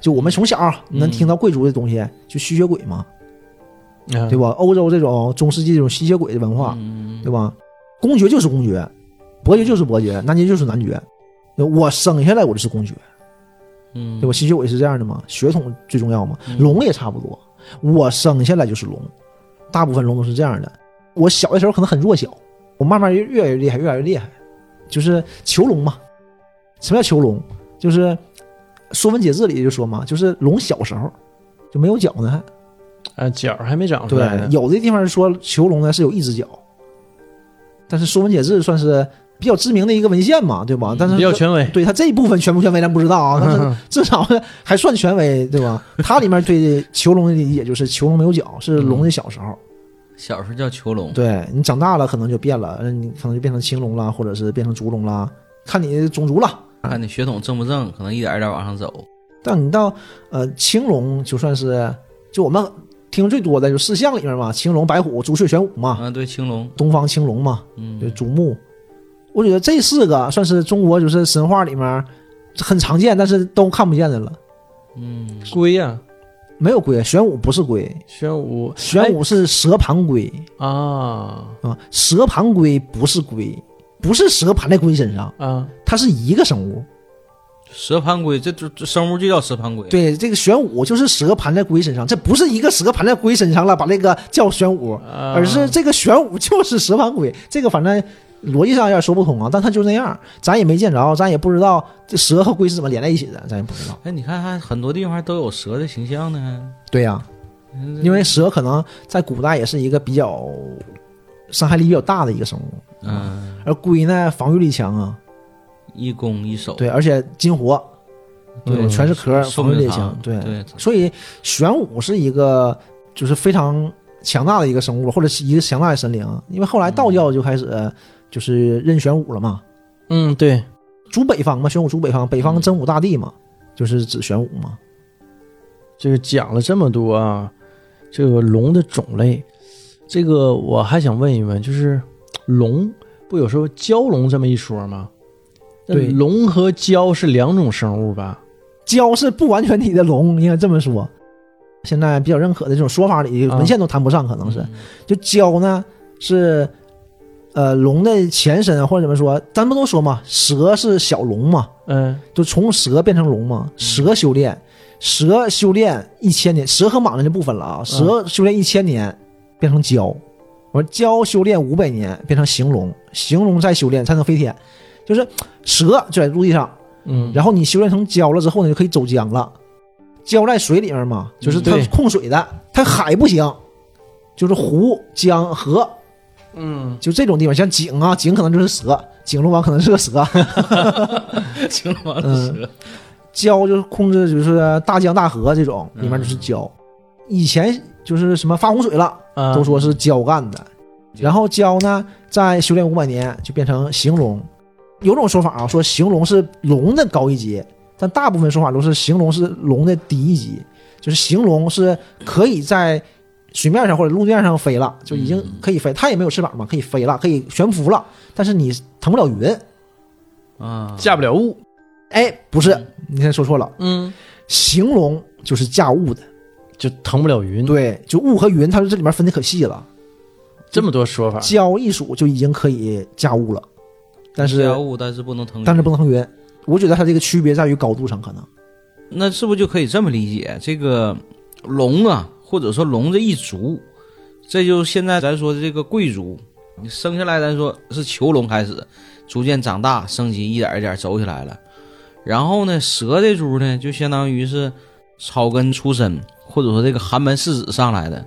C: 就我们从小能听到贵族的东西，就吸血鬼嘛，
A: 啊
C: 对吧？欧洲这种中世纪这种吸血鬼的文化，
B: 嗯，
C: 啊对吧？公爵就是公爵，伯爵就是伯爵，男爵就是男爵。我生下来我就是公爵，
B: 嗯，
C: 对吧？吸血鬼是这样的嘛，血统最重要嘛。
B: 嗯
C: 龙也差不多，我生下来就是龙，大部分龙都是这样的。我小的时候可能很弱小，我慢慢越越来越厉害，越来越厉害，就是囚龙嘛。什么叫囚龙？就是《说文解字》里就说嘛，就是龙小时候就没有脚呢，还
A: 啊，角儿还没长出
C: 对
A: 来呢，
C: 有的地方说囚龙呢是有一只脚，但是《说文解字》算是比较知名的一个文献嘛，对吧？但
A: 嗯
C: 是
A: 比较权威。 [laughs]
C: 对他这一部分全不权威咱不知道啊，但是至少还算权威，对吧？它里面对囚笼的理解就是囚笼没有脚，是龙的小时候。
B: 小时候叫囚笼，
C: 对你长大了可能就变了，嗯，你可能就变成青龙啦，或者是变成烛龙啦，看你种族了。
B: 看你血统正不正，可能一点一点往上走。
C: 但你到呃青龙就算是就我们听最多的就是四象里面嘛，青龙、白虎、朱雀、玄武嘛，
B: 啊，对，青龙，
C: 东方青龙嘛，就
B: 嗯，
C: 是祖木。我觉得这四个算是中国就是神话里面很常见，但是都看不见的了。
B: 嗯，
A: 龟呀、
C: 没有龟，玄武不是龟，
A: 玄武
C: 玄武是蛇盘龟
A: 啊
C: 啊，蛇盘龟不是龟，不是蛇盘在龟身上，
A: 啊，
C: 它是一个生物。
B: 蛇盘龟，这这这生物就叫蛇盘龟。，
C: 对，这个玄武就是蛇盘在龟身上，这不是一个蛇盘在龟身上了，把那个叫玄武，而
A: 而
C: 是这个玄武就是蛇盘龟。这个反正逻辑上有点说不通啊，但它就那样，咱也没见着，咱也不知道这蛇和龟是怎么连在一起的，咱也不知道。
B: 哎，你看，还很多地方还都有蛇的形象呢。
C: 对呀、因为蛇可能在古代也是一个比较伤害力比较大的一个生物，
B: 嗯，
C: 而龟呢防御力强啊，
B: 一攻一守，
C: 对，而且金活，对，
A: 嗯
C: 全是壳儿，
B: 寿
C: 防御
B: 命
C: 力
B: 长
C: 强，，对，
B: 对，
C: 所以玄武是一个就是非常强大的一个生物，或者是一个强大的神灵，因为后来道教就开始就是认玄武了嘛，
A: 嗯对，
C: 主北方嘛，玄武主北方，北方真武大帝嘛，就是指玄武嘛，
A: 这个讲了这么多啊，这个龙的种类，这个我还想问一问，就是龙不有时候蛟龙这么一说吗？那
C: 对
A: 龙和蛟是两种生物吧？
C: 蛟是不完全体的龙，应该这么说。现在比较认可的这种说法里，
A: 啊
C: 文献都谈不上，可能是、就蛟呢是，呃，龙的前身啊或者怎么说，咱不都说嘛，蛇是小龙嘛，
A: 嗯，
C: 就从蛇变成龙嘛，蛇修炼，蛇修炼一千年，蛇和蟒咱就不分了
A: 嗯
C: 啊，蛇修炼一千年变成蛟，完蛟修炼五百年变成形龙，形龙再修炼才能飞天，就是蛇就在陆地上，
A: 嗯，
C: 然后你修炼成蛟了之后呢，就可以走江了。蛟在水里面嘛，就是它
A: 嗯对
C: 控水的，它海不行，就是湖、江、河，
A: 嗯，
C: 就这种地方，像井啊，井可能就是蛇，井龙王可能是个蛇，
B: 嗯 [laughs] 青龙王
C: 嗯
B: 的蛇，
C: 蛟就是控制就是大江大河这种，里面就是蛟。以前就是什么发洪水了，
A: 啊
C: 都说是蛟干的。然后蛟呢，在修炼五百年就变成形龙。有种说法啊，说形龙是龙的高一级，但大部分说法都是形龙是龙的低一级，就是形龙是可以在水面上或者陆面上飞了，就已经可以飞。它也没有翅膀嘛，可以飞了，可以悬浮了，但是你腾不了云。
B: 啊，
A: 架不了物，
C: 哎，不是，你先说错了，
A: 嗯，
C: 形龙就是驾雾的。
A: 就腾不了云，，
C: 对，就雾和云，它这里面分的可细了。
A: 这么多说法，
C: 蛟一属就已经可以驾雾了，但是
B: 家务，但是不能腾云，
C: 但是不能腾云。我觉得它这个区别在于高度上，可能
B: 那是不是就可以这么理解？这个龙啊，或者说龙这一族，这就是现在咱说的这个贵族，你生下来咱说是囚龙开始，逐渐长大升级，一点一点走起来了。然后呢，蛇这株呢，就相当于是草根出身，或者说这个寒门世子上来的。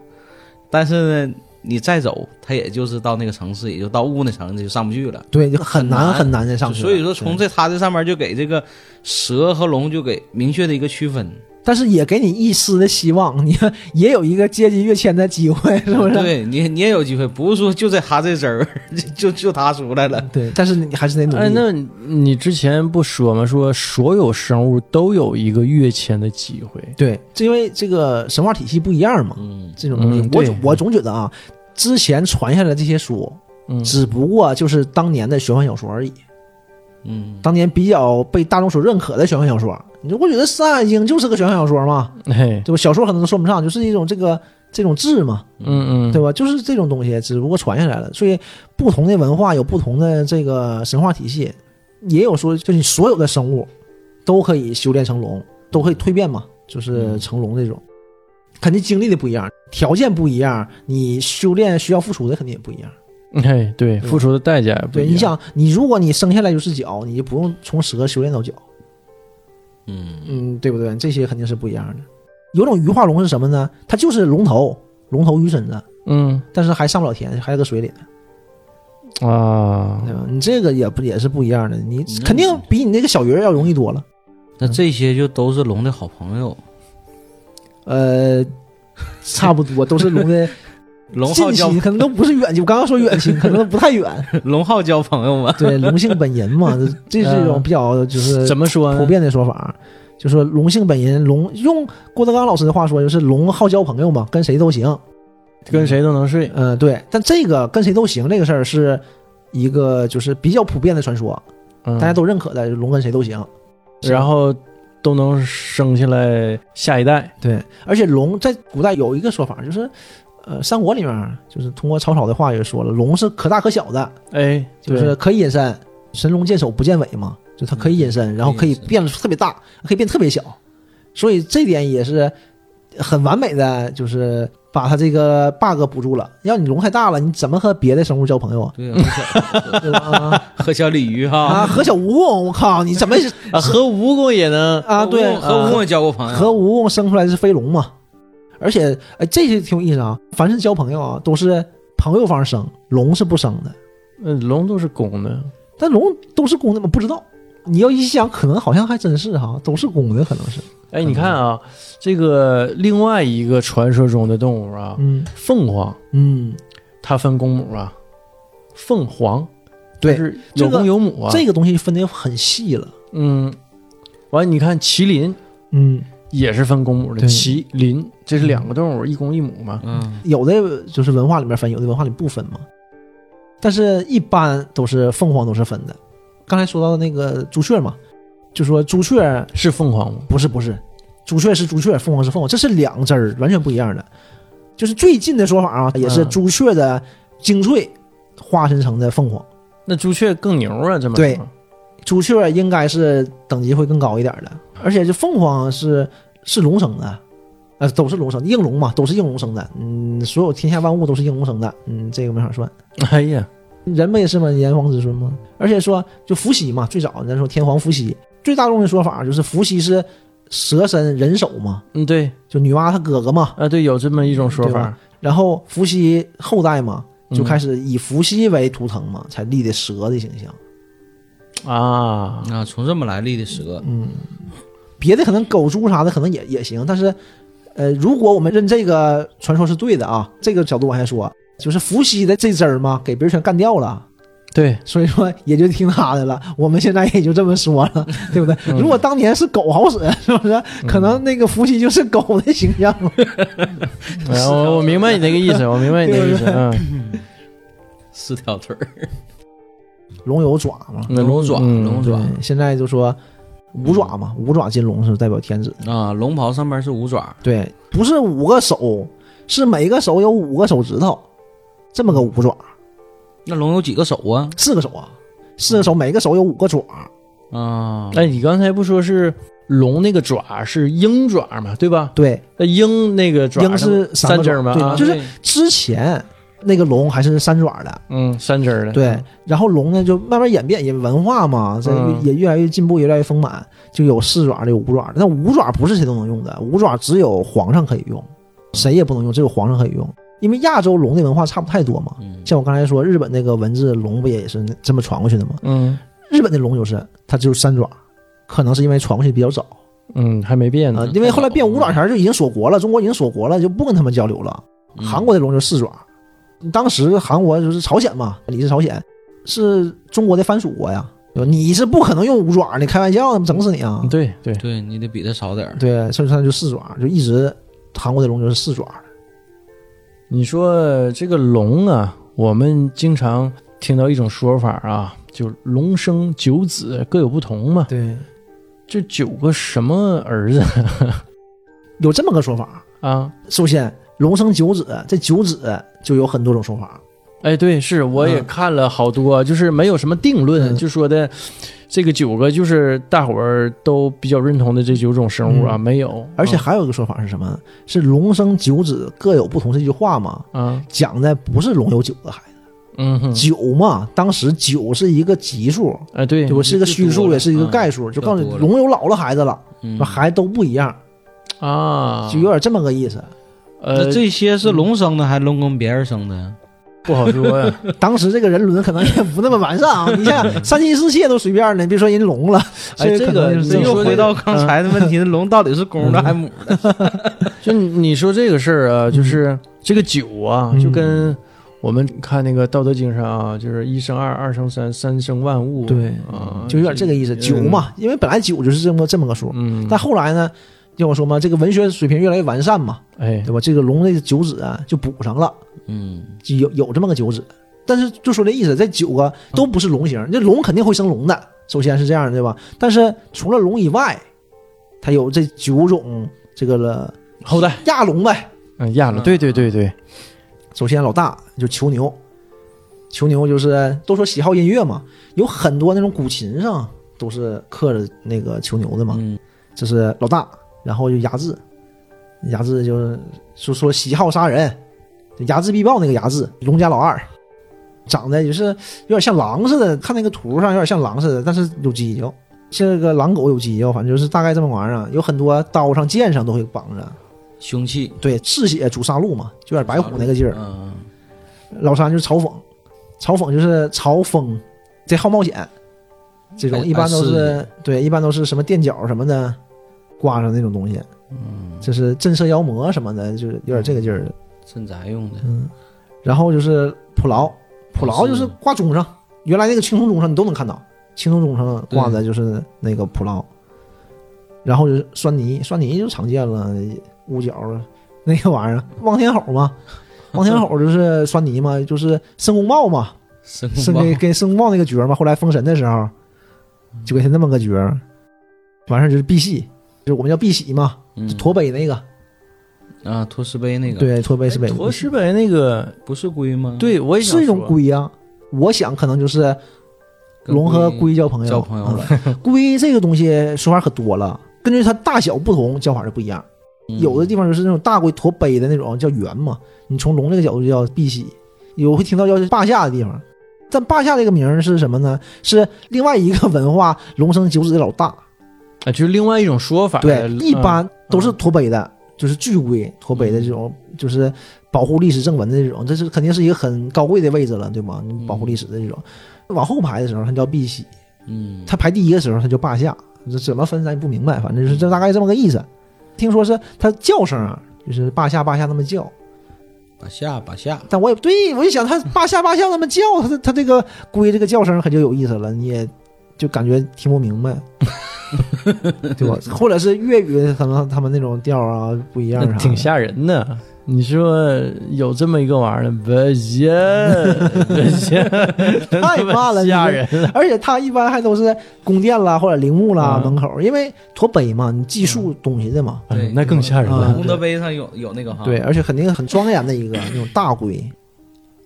B: 但是呢，你再走，它也就是到那个层次，也就到雾那层次，就上不去了。
C: 对，就很难
B: 很
C: 很难再上去了。
B: 所以说，从
C: 对，
B: 这它这上面就给这个蛇和龙就给明确的一个区分，
C: 但是也给你一丝的希望， [laughs] 你看也有一个阶级跃迁的
B: [laughs]
C: 机会，是不是？
B: 对你，你也有机会，不是说就在他这身儿， [laughs] 就就他出来了。
C: 对但是你还是得努力。
A: 哎，那你你之前不说吗？说所有生物都有一个跃迁的机会，
C: 对，这因为这个神话体系不一样嘛，
B: 嗯，
C: 这种东西，
A: 嗯
C: 我
A: 对
C: 总我总觉得啊，之前传下来的这些书，
A: 嗯，
C: 只不过就是当年的玄幻小说而已。
B: 嗯，
C: 当年比较被大众所认可的玄幻小说。你说，我觉得《山海经》就是个玄幻小说嘛，
A: 嘿，
C: 对吧？小说可能都说不上，就是一种这个这种志嘛，
A: 嗯嗯，
C: 对吧？就是这种东西，只不过传下来了。所以，不同的文化有不同的这个神话体系，也有说，就是你所有的生物都可以修炼成龙，都可以蜕变嘛，就是成龙这种。肯定经历的不一样，条件不一样，你修炼需要付出的肯定也不一样。
A: 嘿，对，
C: 吧
A: 付出的代价也不
C: 对，
A: 一
C: 你
A: 样。
C: 想，你如果你生下来就是脚，你就不用从蛇修炼到脚。
B: 嗯，
C: 嗯，对不对？这些肯定是不一样的。有种鱼化龙是什么呢？它就是龙头，龙头鱼身子，
A: 嗯，
C: 但是还上不了天，还在个水里呢。
A: 啊，
C: 对吧？你这个也不也是不一样的，你
B: 嗯
C: 肯定比你那个小鱼儿要容易多了。
B: 那这些就都是龙的好朋友，
C: [laughs] 呃，差不多都是龙的
B: 龙浩
C: 近
B: 交
C: [laughs] 亲，可能都不是远亲。我刚刚说远亲，可能都不太远。
B: 龙浩交朋友嘛，
C: 对，龙姓本人嘛，这这是一种
A: 嗯
C: 比较就是
A: 怎么说
C: 普
A: 呢？
C: 遍的说法，啊就说龙姓本人，龙用郭德纲老师的话说，就是龙好交朋友嘛，跟谁都行。
A: 跟谁都能睡，
C: 嗯、对。但这个跟谁都行这个事儿是一个就是比较普遍的传说，
A: 嗯
C: 大家都认可的，龙跟谁都行。
A: 然后都能生下来下一代。
C: 对，而且龙在古代有一个说法，就是呃，三国里面就是通过曹操的话也说了，龙是可大可小的，
A: 哎，
C: 就
A: 对
C: 是可以隐身，神龙见首不见尾嘛，就它可以隐身，然后嗯可以变得特别大，可以变特别小，所以这点也是很完美的，就是把它这个 bug 补住了。要你龙太大了，你怎么和别的生物交朋友啊？
B: [laughs] 对，和
C: 对 [laughs] 吧？
B: [laughs] 小和小鲤鱼
C: 啊，
B: 哈，
C: 和小蜈蚣，我靠，你怎么
A: 啊，和蜈蚣也能
C: 啊？对，
B: 和蜈蚣也交过朋友，
C: 和蜈蚣生出来是飞龙嘛。而且，哎，这些挺有意思啊。凡是交朋友啊，都是朋友方生，龙是不生的。
A: 嗯，龙都是公的，
C: 但龙都是公的吗？不知道。你要一想，可能好像还真是哈，都是公的，可能是。
A: 哎，
C: 嗯
A: 你看啊，这个另外一个传说中的动物啊，
C: 嗯
A: 凤凰，
C: 嗯，
A: 它分公母啊，凤凰，
C: 对
A: 就是
C: 这
A: 有
C: 个
A: 公有母啊。
C: 这个东西分的很细了。
A: 嗯，完你看麒麟
C: 嗯，
A: 也是分公母的，
C: 对嗯
A: 麒麟这是两个动物，一公一母嘛。
B: 嗯，
C: 有的就是文化里面分，有的文化里不分嘛。但是一般都是凤凰都是分的。刚才说到那个朱雀嘛，就说朱雀
A: 是凤凰吗？
C: 不是不是，朱雀是朱雀，凤凰是凤凰，这是两只儿，完全不一样的。就是最近的说法啊，也是
A: 嗯
C: 朱雀的精粹化身成的凤凰。
A: 那朱雀更牛啊，这么说
C: 对朱雀应该是等级会更高一点的，而且这凤凰是是龙生的，呃，都是龙生的，应龙嘛，都是应龙生的。嗯，所有天下万物都是应龙生的，嗯，这个没法算。
A: 哎呀，
C: 人不也是吗？炎黄子孙吗？而且说就伏羲嘛，最早咱说天皇伏羲，最大众的说法就是伏羲是蛇身人首嘛，
A: 嗯，对
C: 就女娲她哥哥嘛。
A: 啊，对，有这么一种说
C: 对
A: 法嗯
C: 吧，然后伏羲后代嘛，就开
A: 始、
C: 始以伏羲为图腾嘛，才立的蛇的形象。
A: 啊，
B: 啊，从这么来历的蛇，
C: 嗯，别的可能狗猪啥的可能也也行，但是，呃，如果我们认这个传说是对的啊，这个角度往下说，就是伏羲的这支儿嘛，给别人全干掉了，
A: 对，
C: 所以说也就听他的了。我们现在也就这么说了，对不对？
A: 嗯
C: 如果当年是狗好使，是不是？可能那个伏�ski 就是狗的形象了。
A: 哎我我明白你那个意
C: [laughs]
A: 思，我明白你那个意思，
C: 对
A: 嗯。
B: 四条腿儿，
C: 龙有爪嘛，
A: 那
B: 龙爪
A: 嗯
B: 龙
C: 对
B: 爪，
C: 现在就说五爪嘛，五爪金龙是代表天子。
B: 啊，龙袍上面是五爪，
C: 对，不是五个手，是每个手有五个手指头，这么个五爪，
B: 那龙有几个手啊？
C: 四个手啊，四个手，每个手有五个爪。
B: 啊，
A: 哎，你刚才不说是龙那个爪是鹰爪嘛，对吧？
C: 对，
A: 那鹰那个爪
C: 鹰是
A: 三
C: 个
A: 只
C: 爪
A: 儿嘛，
C: 对
A: 啊
C: 就是之前那个龙还是三爪的，
A: 嗯，三只儿的，
C: 对，然后龙呢就慢慢演变，也文化嘛，这
A: 嗯
C: 也越来越进步，越来越丰满，就有四爪的，有五爪的。但五爪不是谁都能用的，五爪只有皇上可以用，谁也不能用，只有皇上可以用。因为亚洲龙的文化差不太多嘛，
B: 嗯
C: 像我刚才说，日本那个文字龙不也是这么传过去的吗？
A: 嗯
C: 日本的龙就是它只有三爪，可能是因为传过去比较早
A: 嗯，还没变
C: 啊、
A: 呢，
C: 因为后来变五爪前就已经锁国了，中国已经锁国了，就不跟他们交流了。
B: 嗯
C: 韩国的龙就是四爪，当时韩国就是朝鲜嘛，你是朝鲜，是中国的藩属国呀，对吧你是不可能用五爪的，开玩笑，整死你啊！
A: 对对，
B: 对你得比他少点儿，
C: 对，所以它就四爪，就一直韩国的龙就是四爪的，
A: 你说这个龙啊，我们经常听到一种说法啊，就龙生九子各有不同嘛，
C: 对，
A: 这九个什么儿子 [laughs]
C: 有这么个说法。
A: 啊？
C: 首先，龙生九子，这九子就有很多种说法，
A: 哎，对，是我也
C: 嗯
A: 看了好多，啊就是没有什么定论，
C: 嗯
A: 就说的这个九个就是大伙儿都比较认同的这九种生物啊，
C: 嗯
A: 没有，
C: 而且还有一个说法是什么？是龙生九子各有不同这句话嘛，
A: 啊，
C: 讲的不是龙有九个孩子，
A: 嗯哼，
C: 九嘛，当时九是一个奇数，
A: 哎，对
C: 对吧？是一个虚数，也是一个
B: 嗯
C: 概数，就告诉你
B: 多了
C: 龙有老了孩子了，
B: 嗯
C: 说孩子都不一样，
A: 啊，
C: 就有点这么个意思。
A: 呃
C: 嗯
B: 那，这些是龙生的还是龙跟别人生的？
A: 不好说
C: [laughs]
A: 呀。
C: 当时这个人伦可能也不那么完善啊。你像三妻四妾都随便呢，别说人龙了。
A: 哎
C: 所以
A: 这
C: 可
A: 个
C: 能就是
A: 这
B: 这
C: 种
A: 又
B: 又回到刚才的问题，那龙到底是公的还是母的？
A: 就你说这个事儿啊，就是这个酒啊，
C: 嗯
A: 就跟我们看那个《道德经》上啊，就是一生二，二生三，三生万物。
C: 对
A: 啊，
C: 就有点这个意思。酒嘛，因为本来酒就是这么这么个数，
A: 嗯，
C: 但后来呢，就我说嘛，这个文学水平越来越完善嘛，
A: 哎
C: 对，吧？这个龙这个九子啊，就补上了，
B: 嗯，
C: 就有有这么个九子。但是就说这意思，这九个都不是龙形，这龙肯定会生龙的，首先是这样，对吧？但是除了龙以外，它有这九种这个了
A: 后代
C: 亚龙呗。
A: 嗯哎压了，对对对对，
C: 首先老大就囚牛，囚牛就是都说喜好音乐嘛，有很多那种古琴上都是刻着那个囚牛的嘛。
B: 嗯
C: 这是老大，然后就睚眦，睚眦就是说说喜好杀人，睚眦必报那个睚眦，龙家老二，长得就是有点像狼似的，看那个图上有点像狼似的，但是有犄角，这个狼狗有犄角，反正就是大概这么玩意儿啊，有很多刀上剑上都会绑着，
B: 凶器，
C: 对，嗜血主杀戮嘛，就有点白虎那个劲儿。
B: 嗯，
C: 老三就是嘲讽，嘲讽就是嘲讽这好冒险，这种
B: 爱
C: 一般都
B: 爱
C: 嗯哎是
B: 刺
C: 对，一般都是什么垫脚什么的挂上那种东西，嗯，就是震慑妖魔什么的，就是有点这个劲儿的，
B: 镇宅用的，
C: 嗯。然后就是普劳，普劳就是挂钟上，原来那个青铜钟上你都能看到，青铜钟上挂的就是那个普劳。然后就是酸泥，酸泥就常见了，屋角啊那个玩意儿，望天吼嘛，望天吼就是酸泥嘛，就是申公豹嘛，
B: 申
C: 申
B: 公
C: 给
B: 豹
C: 给申公豹那个角儿嘛，后来封神的时
B: 嗯
C: 候，就给他那么个角儿，完事儿就是碧玺，就是我们叫碧玺嘛，
B: 嗯
C: 就驼背那个，
B: 啊，托斯杯那个，，哎
C: 对，驼背是背，
A: 驼石碑那个，
B: 不是龟吗？，
A: 对我也想
C: 是一种
A: 说
C: 龟呀。我想可能就是龙和龟交朋友，
B: 交朋友了。
C: 嗯龟这个东西说法可多了，根据它大小不同，叫法就不一样。
B: 嗯
C: 有的地方就是那种大龟驼背的那种叫圆嘛，你从龙这个角度叫碧玺，有会听到叫霸下的地方，但霸下这个名儿是什么呢？是另外一个文化龙生九子的老大，
A: 啊，就是另外一种说法。
C: 对，
A: 嗯
C: 一般都是驼背的，就是巨龟驼背的这种，就是保护历史正文的这种，这是肯定是一个很高贵的位置了，对吗？
A: 嗯
C: 你保护历史的这种，往后排的时候它叫碧玺，
B: 嗯，
C: 他排第一的时候他就霸下，这怎么分咱也不明白，反正就是
A: 嗯
C: 这大概这么个意思。听说是他叫声啊，就是霸下霸下那么叫，
B: 把下把下，
C: 但我也对我就想他霸下霸下那么叫，他这他这个龟这个叫声可就有意思了，你也就感觉听不
A: [laughs]
C: 明白，对吧？或者是粤语可能他们那种调啊不一样
A: 那
C: 啥的，
A: 挺吓人
C: 嗯
A: 的。你说有这么一个玩意儿，不行，不行，
C: [laughs] 太慢了，
A: 吓
C: 你这
A: 人。
C: 而且他一般还都是宫殿啦或者陵墓啦、
A: 嗯
C: 门口，因为驼背嘛，你
A: 啊
C: 记述东西的嘛。
B: 对
A: 嗯那更吓人
C: 啊
A: 了。
B: 龙的杯上有有那个哈，
C: 对，，而且肯定很庄严的一个那种大龟。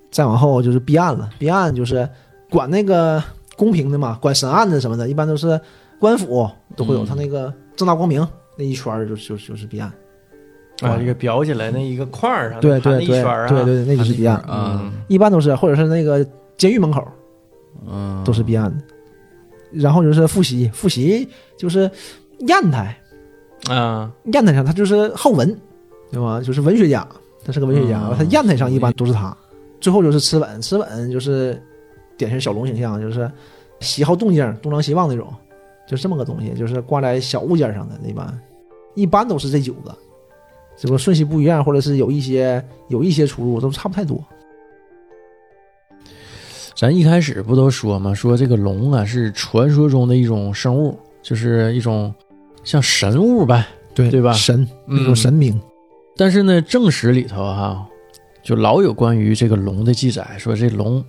C: 再往后就是避案了，避案就是管那个公平的嘛，管审案子什么的，一般都是官府都会有
B: 嗯
C: 他那个正大光明那一圈儿，就就就是避案。
A: 啊，这个裱起来那一个块儿上，
C: 对
A: 盘
C: 对
A: 那一
C: 对
A: 圈儿啊，
C: 对对，那就是避
B: 一
C: 案，嗯
B: 啊，
C: 一般都是或者是那个监狱门口
B: 嗯，
C: 都是避案的。然后就是复习，复习就是砚台，
A: 啊，
C: 砚台上他就是好文，对吧？就是文学家，他是个文学家，
B: 嗯
C: 他砚台上一般都是他。最后就是吃吻，吃吻就是典型小龙形象，就是喜好动静，东张西望那种，就是这么个东西，就是挂在小物件上的那般，一般都是这九个，只不过顺序不一样，或者是有一些有一些出入，都差不太多。
A: 咱一开始不都说嘛，说这个龙啊是传说中的一种生物，就是一种像神物呗。
C: 对
A: 对吧
C: 神
A: 嗯
C: 那种神明，
A: 但是呢，正史里头哈、就老有关于这个龙的记载，说这龙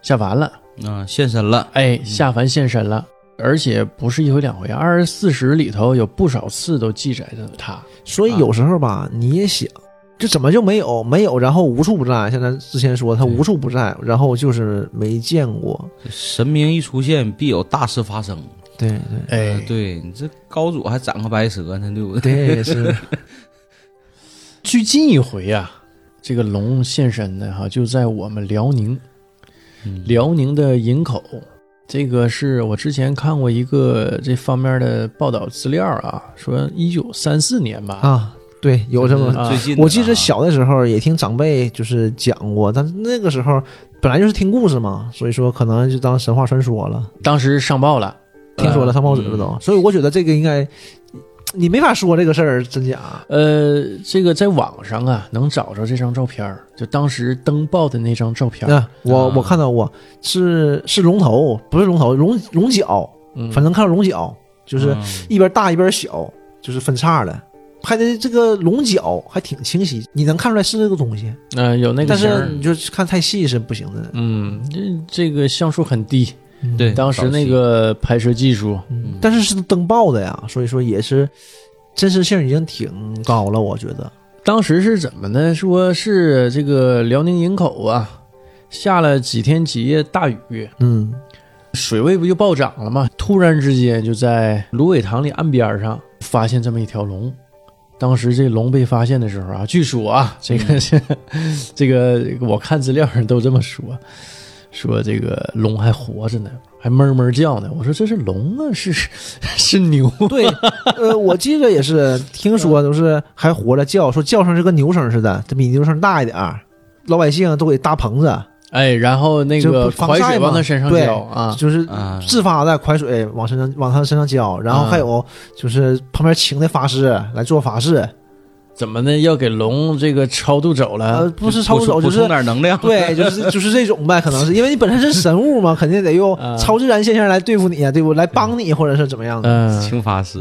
A: 下凡了，
B: 啊，现身了，
A: 哎，下凡现身了，而且不是一回两回，二十四史里头有不少次都记载着他。
C: 所以有时候吧，你也想，这怎么就没有没有，然后无处不在。像咱之前说，他无处不在，然后就是没见过。
B: 神明一出现，必有大事发生。
C: 对对
A: 哎
B: 呃对你这高祖还长个白蛇呢，对不对？
C: 对，是
A: 最近一回呀、这个龙现身的哈、就在我们辽宁，
B: 嗯
A: 辽宁的营口，这个是我之前看过一个这方面的报道资料啊，说一九三四年吧，
C: [laughs] 啊，对，有这么
A: 啊
B: 最近的啊，
C: 我记得小的时候也听长辈就是讲过，但是那个时候本来就是听故事嘛，所以说可能就当神话传说了，
A: 当时上报了，
C: 听说了上报纸了都。所以我觉得这个应该你没法说这个事儿真假。
A: 呃，这个在网上啊能找着这张照片儿，就当时登报的那张照片
C: 那、
A: 儿。
C: 我
B: 啊
C: 我看到过是是龙头，不是龙头，龙龙角，
A: 嗯，
C: 反正看到龙角就是
B: 嗯
C: 一边大一边小，就是分叉的。拍的这个龙角还挺清晰，你能看出来是这个东西，
A: 嗯、有那个
C: 但
A: 型
C: 是
A: 儿。
C: 你就看太细是不行的。
A: 嗯，这这个像素很低，
B: 对
A: 当时那个拍摄技术，
C: 嗯但是是登报的呀，所以说也是真实性已经挺高了，我觉得。
A: 当时是怎么呢？说是这个辽宁营口啊，下了几天几夜大雨， [laughs]
C: 嗯
A: 水位不就暴涨了吗？突然之间就在芦苇塘里岸边上发现这么一条龙。当时这龙被发现的时候啊，据说啊，这个是
C: 嗯
A: [laughs] 这个我看资料上都这么说，说这个龙还活着呢，还哞哞叫呢。我说这是龙啊，是 [laughs] 是牛啊？
C: 对，呃，我记得也是听
A: 嗯
C: 说都是还活着叫，说叫声是跟牛声似的，这比牛声大一点儿。老百姓都给搭棚子，
A: 哎，然后那
C: 这
A: 个
C: 不防
A: 淮
C: 晒
A: 水
C: 吗
A: 往他身上
C: 对
A: 浇啊，
C: 就是
B: 啊
C: 自发的淮水往身上往他身上浇，然后还有就是旁边请的法师来做法事，
A: 怎么呢？要给龙这个超度走了？
C: 呃，不是
B: 补
C: 超
B: 充
C: 走就
B: 补充
C: 是。
B: 点能量， [laughs]
C: 对，就是 [laughs] 就是这种呗，可能是因为你本身是神物嘛，肯定得用
A: 啊
C: 超自然现象来对付你啊，对不？来帮你或者是怎么样的？
A: 嗯、
B: 青法师，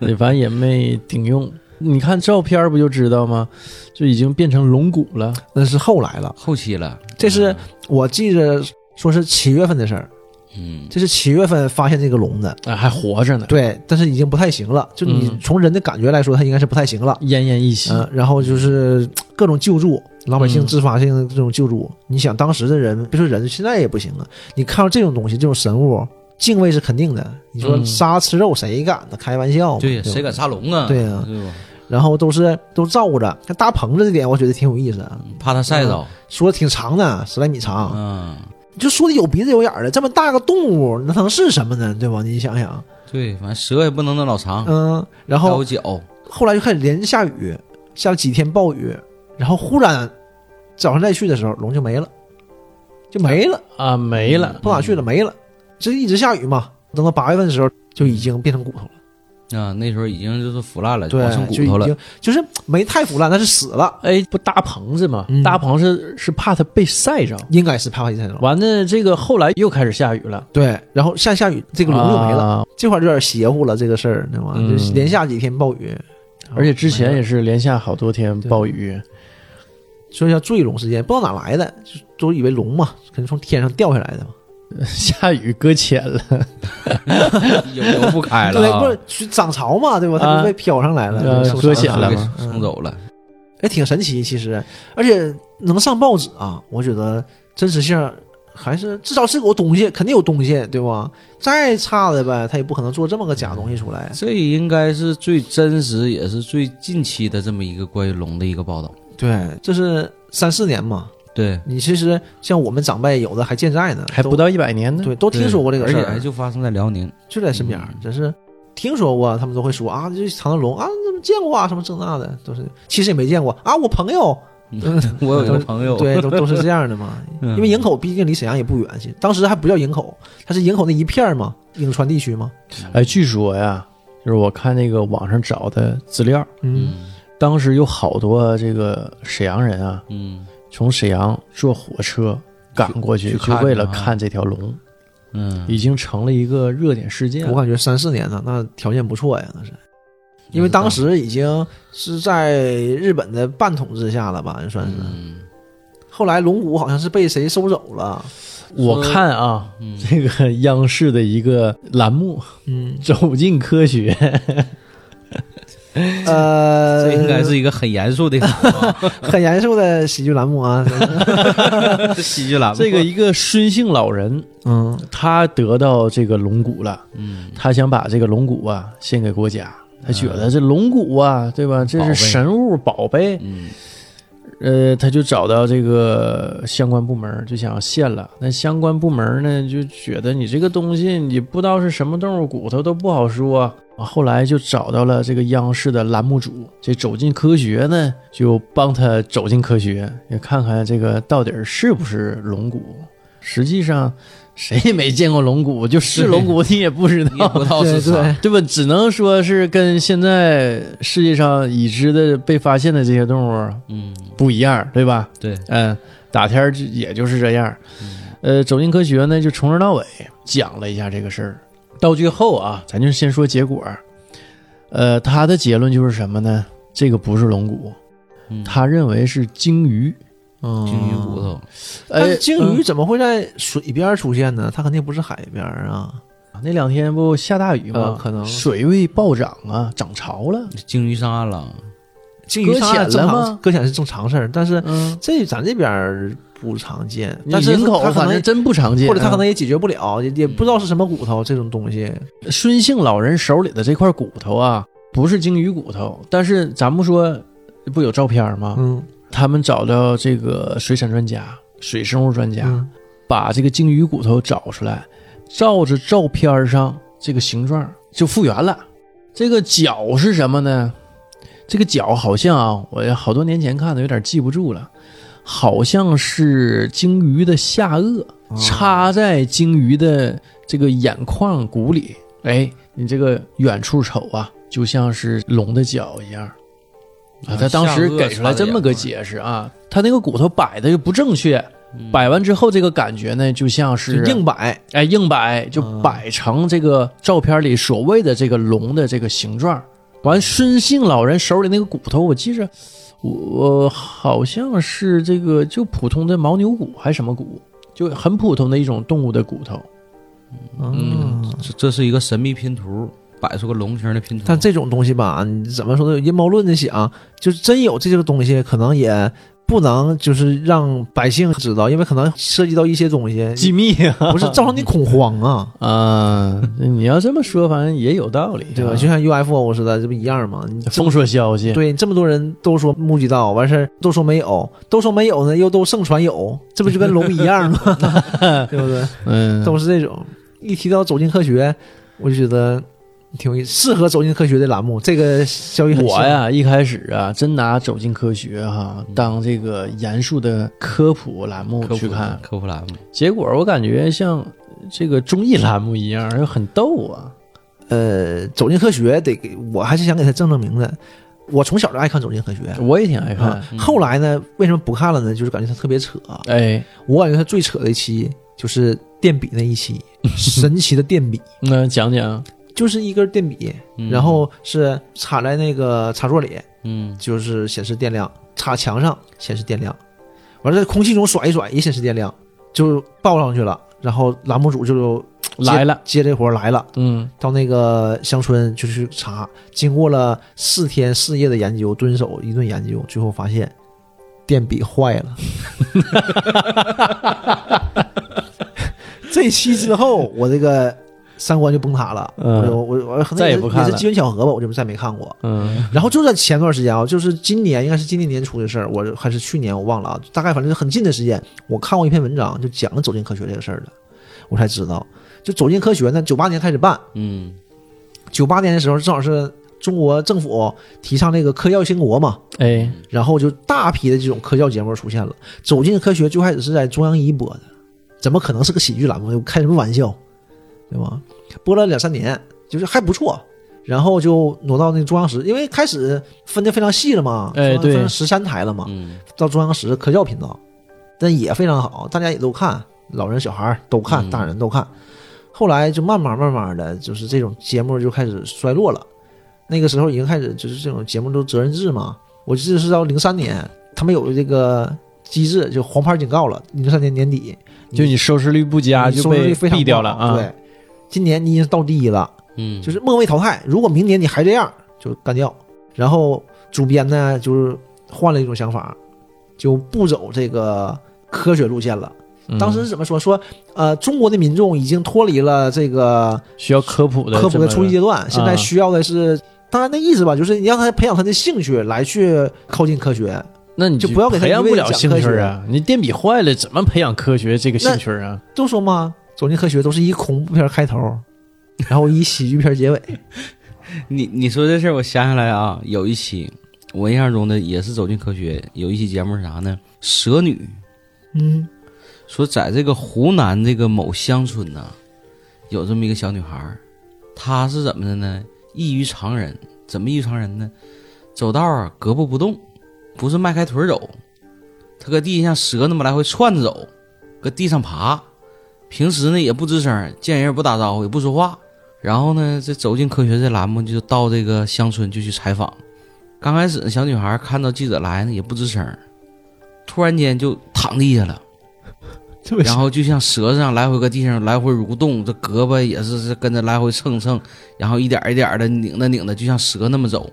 A: 对，反正也没顶用。你看照片儿不就知道吗？就已经变成龙骨了。
C: 那是后来了，
B: [laughs] 后期了，
C: 这是我记着说是七月份的事儿，
B: 嗯，
C: 这是七月份发现这个龙的，
A: 啊，还活着呢，
C: 对，但是已经不太行了，就你
A: 嗯
C: 从人的感觉来说，它应该是不太行了，
A: 奄奄一息。
C: 嗯、然后
B: 嗯
C: 就是各种救助，老百姓
A: 嗯
C: 自发性的这种救助，你想当时的人，别说人，现在也不行了，你看到这种东西，这种神物，敬畏是肯定的，你说
A: 嗯
C: 杀吃肉谁敢呢？开玩笑嘛，
B: 对呀，
C: 吧
B: 谁敢杀龙啊？
C: 对呀
B: 对吧？
C: 然后都是都照顾着，那搭棚子这点我觉得挺有意思啊，
B: 怕他晒着，
C: 说的挺长的，十来米长，
B: 嗯，
C: 就说的有鼻子有眼儿的，这么大个动物，那能是什么呢？对吧？你想想，
B: 对，反正蛇也不能那老长，
C: 嗯，然
B: 还有
C: 后
B: 脚，
C: 后来就开始连着下雨，下了几天暴雨，然后忽然早上再去的时候，龙就没了，就没了，
A: 啊，没了。嗯
C: 跑哪去了？没了，这一直下雨嘛。等到八月份的时候，就已经变成骨头了，
B: 啊，那时候已经就是腐烂
A: 呃
B: 了，
C: 对
B: 磨成，骨
C: 就已
B: 头了 [laughs]
C: 经，就是没太腐烂，但是死了，
A: 哎，不搭棚子吗？
C: 嗯
A: 搭棚子是怕它被晒着。
C: 应该是帕帕伊塞龙。
A: 完了，这个后来又开始下雨了，
C: 对，然后下下雨，
A: 这
C: 这个龙就没了，
A: 啊。
C: 这块儿就有点邪乎了，这个事儿，对吧？
A: 嗯
C: 就连下几天暴雨，
A: 而且之前
C: 也。
A: 也是连下好多天暴雨。 [laughs]
C: 所以叫坠龙事件，不知道哪来的，就都以为龙嘛，可能从天上掉下来的嘛。
A: 下雨搁浅了，
B: 油油不开了
C: 对，
B: 啊，
C: 不是去涨潮嘛，对吧？它
A: 啊
C: 就被飘上来
A: 呃
C: 了，嗯
A: 搁
C: 搁
A: 浅
C: 浅
A: 了
B: 给
A: 嘛
B: 送走了，
C: 也挺神奇，其实，而且能上报纸啊，我觉得真实性还是至少是有东西，肯定有东西，对吧？再差的呗，他也不可能做这么个假东西出来。
B: 这应该是最真实也是最近期的这么一个关于龙的一个报道。
C: 对，这是三四年嘛，
B: 对，
C: 你其实像我们长辈有的还健在呢，
A: 还不
C: 都
A: 到一百年呢。
C: 对，都听说过这个事
B: 而且
C: 儿嗯
B: 还，就发生在辽宁。
C: 就在身边儿，真是听说过，他们都会说啊，这长头龙啊，怎么见过啊，什么这那的，都是其实也没见过啊，我朋友，
B: [laughs] 我有个朋友，
C: 对，都都
B: [laughs]
C: 是这样的嘛。
B: 嗯
C: 因为营口毕竟离沈阳也不远，其实当时还不叫营口，它是营口那一片儿嘛，颍川地区嘛。
A: 哎，据说呀，就是我看那个网上找的资料，
C: 嗯，
A: 当时有好多这个沈阳人啊，
B: 嗯
A: 从沈阳坐火车赶过去，
B: 去去
A: 就
B: 看
A: 为了
B: 啊
A: 看这条龙，
B: 嗯，
A: 已经成了一个热点事件
C: 我
A: 了。
C: 感觉三四年呢，那条件不错呀，
B: 嗯
C: 那是。因为当时已经是在日本的半统治下了吧，算是。
B: 嗯，
C: 后来龙骨好像是被谁收走了，
A: 我看啊， [laughs]
B: 嗯
A: 这个央视的一个栏目
C: 嗯
A: 《走进科
B: [laughs]
A: 学》
C: [laughs] 呃，
B: 这应该是一个很严肃的一个
C: 很严肃的喜剧栏目
B: [laughs]
C: 啊。
A: [laughs]
B: 喜剧栏目。
A: 这个一个孙姓老人，
C: 嗯，
A: 他得到这个龙骨了，
B: 嗯，
A: 他想把这个龙骨啊献给国家。他觉得这龙骨啊，对吧？这
B: 宝
A: 是
B: 贝
A: 神物宝贝，
B: 嗯
A: 呃，他就找到这个相关部门儿，就想要献了。那相关部门儿呢，就觉得你这个东西你不知道是什么动物骨头都不好说啊、啊后来就找到了这个央视的栏目组，这走进科学呢，就帮他走进科学，也看看这个到底是不是龙骨。实际上，谁也没见过龙骨，就是
B: 对
A: 龙骨你也不知
B: [laughs] 你也
A: 道
B: 不。道是
C: 对对
B: 啥，
A: [laughs] 对吧？只能说是跟现在世界上已知的被发现的这些动物
B: 嗯，
A: 不一样，对吧？
B: 对，
A: 嗯，打天儿就也就是这样。
C: 嗯
A: 呃，走进科学呢，就从头到尾讲了一下这个事儿。到最后啊，咱就先说结果。呃，他的结论就是什么呢？这个不是龙骨，
B: 嗯
A: 他认为是鲸鱼。嗯
B: 鲸鱼骨。头，
C: 但
A: 哎
C: 是，鲸鱼
A: 嗯
C: 怎么会在水边出现呢？它肯定不是海边啊。
A: 嗯那两天不下大雨
C: 呃
A: 吗？
C: 可能
A: 水位暴涨啊，涨潮了。
B: 鲸鱼上岸了，
C: 鲸鱼
A: 搁
C: 上岸
A: 浅
C: 正
A: 了
C: 常
A: 吗，
C: 搁浅是正常事儿，但是
A: 嗯，
C: 这咱这边儿不常见。
A: 你
C: 但是
A: 营口
C: 它可
A: 反
C: 能
A: 正真不常见，
C: 或者它可
A: 嗯
C: 能也解决不了，也也不知道是什么骨头这种东西。
A: 孙姓老人手里的这块骨头啊，不是鲸鱼骨头，但是咱不说不有照片吗？
C: 嗯，
A: 他们找到这个水产专家、水生物专家，
C: 嗯
A: 把这个鲸鱼骨头找出来，照着照片上这个形状就复原了。这个脚是什么呢？这个脚好像啊，我好多年前看的，有点记不住了，好像是鲸鱼的下颚。
C: 嗯哦
A: 插在鲸鱼的这个眼眶骨里。哎，你这个远处瞅啊，就像是龙的脚一样。啊，他当时给出来这么个解释啊，他那个骨头摆的就不正确，摆完之后这个感觉呢，就像
C: 嗯就是硬摆，
A: 哎硬摆，就摆成这个照片里所谓的这个龙的这个形状。完，孙姓老人手里那个骨头，我记着，我好像是这个就普通的牦牛骨还是什么骨，就很普通的一种动物的骨头。
C: 嗯，
B: 这这是一个神秘拼图，摆出个龙形的拼图，
C: 但这种东西吧，你怎么说呢？有阴谋论的想，就是真有这个东西，可能也不能就是让百姓知道，因为可能涉及到一些东西，
A: 密啊，
C: 不是造成你恐
A: [laughs]
C: 慌啊，
A: 啊，你要这么说，反正也有道理、
C: 对吧？就像 UFO 似的，这不一样吗？你
A: 封锁消息，
C: 对，这么多人都说目击到，完事儿都说没有，都说没有呢，又都盛传有，这不就跟龙一样
A: [laughs]
C: 吗？对不对？
A: 嗯，
C: 都是这种。一提到走进科学，我就觉得挺有意思，适合走进科学的栏目。这个消息很
A: 我
C: 像，
A: 呀，一开始啊，真拿《走进科学、哈当这个严肃的科普栏目
B: 科
A: 去
B: 普
A: 看，
B: 科普栏目，
A: 结果我感觉像这个综艺栏目一样，就很逗啊。
C: 呃，走进科学得给我还是想给他正正名的。我从小就爱看《走进科学》
A: 我也挺爱看，
C: 啊，后来呢，为什么不看了呢？就是感觉它特别扯。
A: 哎，
C: 我感觉它最扯的一期就是电笔那
A: [laughs]
C: 一期，神奇的电笔，
A: 那讲讲，
C: 就是一根电笔，
B: 嗯
C: 然后是插在那个插座里，
B: 嗯，
C: 就是显示电量；插墙上显示电量，完了在空气中甩一甩也显示电量，就报上去了。然后栏目组就
A: 来了，
C: 接这活儿来了，
A: 嗯，
C: 到那个乡村就去查。经过了四天四夜的研究，蹲守一顿研究，最后发现电笔
A: [laughs]
C: 坏了。这期之后，我这个三观就崩塌了。
A: 嗯
C: 我就我我可能
A: 再也
C: 是
A: 不看
C: 也
A: 了
C: 是机缘巧合吧，我就再没
A: [laughs]
C: 看过。
A: 嗯
C: 然后就在前段时间啊，就是今年应该是今年年初的事儿，我还是去年我忘了啊，大概反正是很近的时间，我看过一篇文章，就讲了走进科学这个事儿的，我才知道，就走进科学呢，九八年开始办，
B: 嗯
C: 九八年的时候正好是中国政府提倡这个科教兴国嘛，
A: 哎，
C: 然后就大批的这种科教节目出现了，走进科学最开始是在中央一播的，怎么可能是个喜剧栏目？开什么玩笑，对吧？播了两三年，就是还不错，然后就挪到那个中央十，因为开始分的非常细了嘛，
A: 哎对
C: 十三台了嘛，
B: 嗯，
C: 到中央十科教频道，但也非常好，大家也都看，老人小孩儿都看，
B: 嗯
C: 大人都看。后来就慢慢慢慢的就是这种节目就开始衰落了，那个时候已经开始就是这种节目都责任制嘛。我记得是到零三年，他们有这个机制，就黄牌警告了，零三年年底
A: 就你收视率不佳
C: 你
A: 就
C: 收视率
A: 被
C: 非常
A: 毙掉
C: 不
A: 了
C: 好
A: 啊。
C: 对，今年你已经到第一了。
B: 嗯，
C: 就是末位淘汰。如果明年你还这样，就干掉。然后主编呢，就是换了一种想法，就不走这个科学路线了。
A: 嗯
C: 当时是怎么说？说呃，中国的民众已经脱离了这个
A: 需要科普的
C: 科普的
A: 这
C: 初
A: 么
C: 级阶段，现在需要的是。当然，那意思吧，就是你让他培养他的兴趣来去靠近科学。
A: 那你
C: 就不要给他
A: 培养
C: 一味
A: 不
C: 地
A: 了
C: 讲
A: 兴
C: 科
A: 趣
C: 学
A: 啊！你电笔坏了，怎么培养科学这个兴趣啊？
C: 都说嘛，走进科学都是以恐怖片开头，然后以喜剧片结尾，
B: 你你说这事儿，我想起来啊，有一期我印象中的也是《走进科学》，有一期节目是啥呢？蛇女
C: 嗯
B: 说，在这个湖南这个某乡村呢，有这么一个小女孩儿，她是怎么的呢？异于常人，怎么异于常人呢？走道啊，胳膊不动，不是迈开腿儿走，她搁地像蛇那么来回窜着走，搁地上爬。平时呢也不吱声，见人也不打招呼，也不说话。然后呢，这走进科学这栏目就到这个乡村就去采访。刚开始小女孩看到记者来呢也不吱声，突然间就躺地下了。
C: [laughs] 这么
B: 然后就像蛇上来回搁地上来回蠕动，这胳膊也是是跟着来回蹭蹭，然后一点一点的拧着拧着，就像蛇那么走。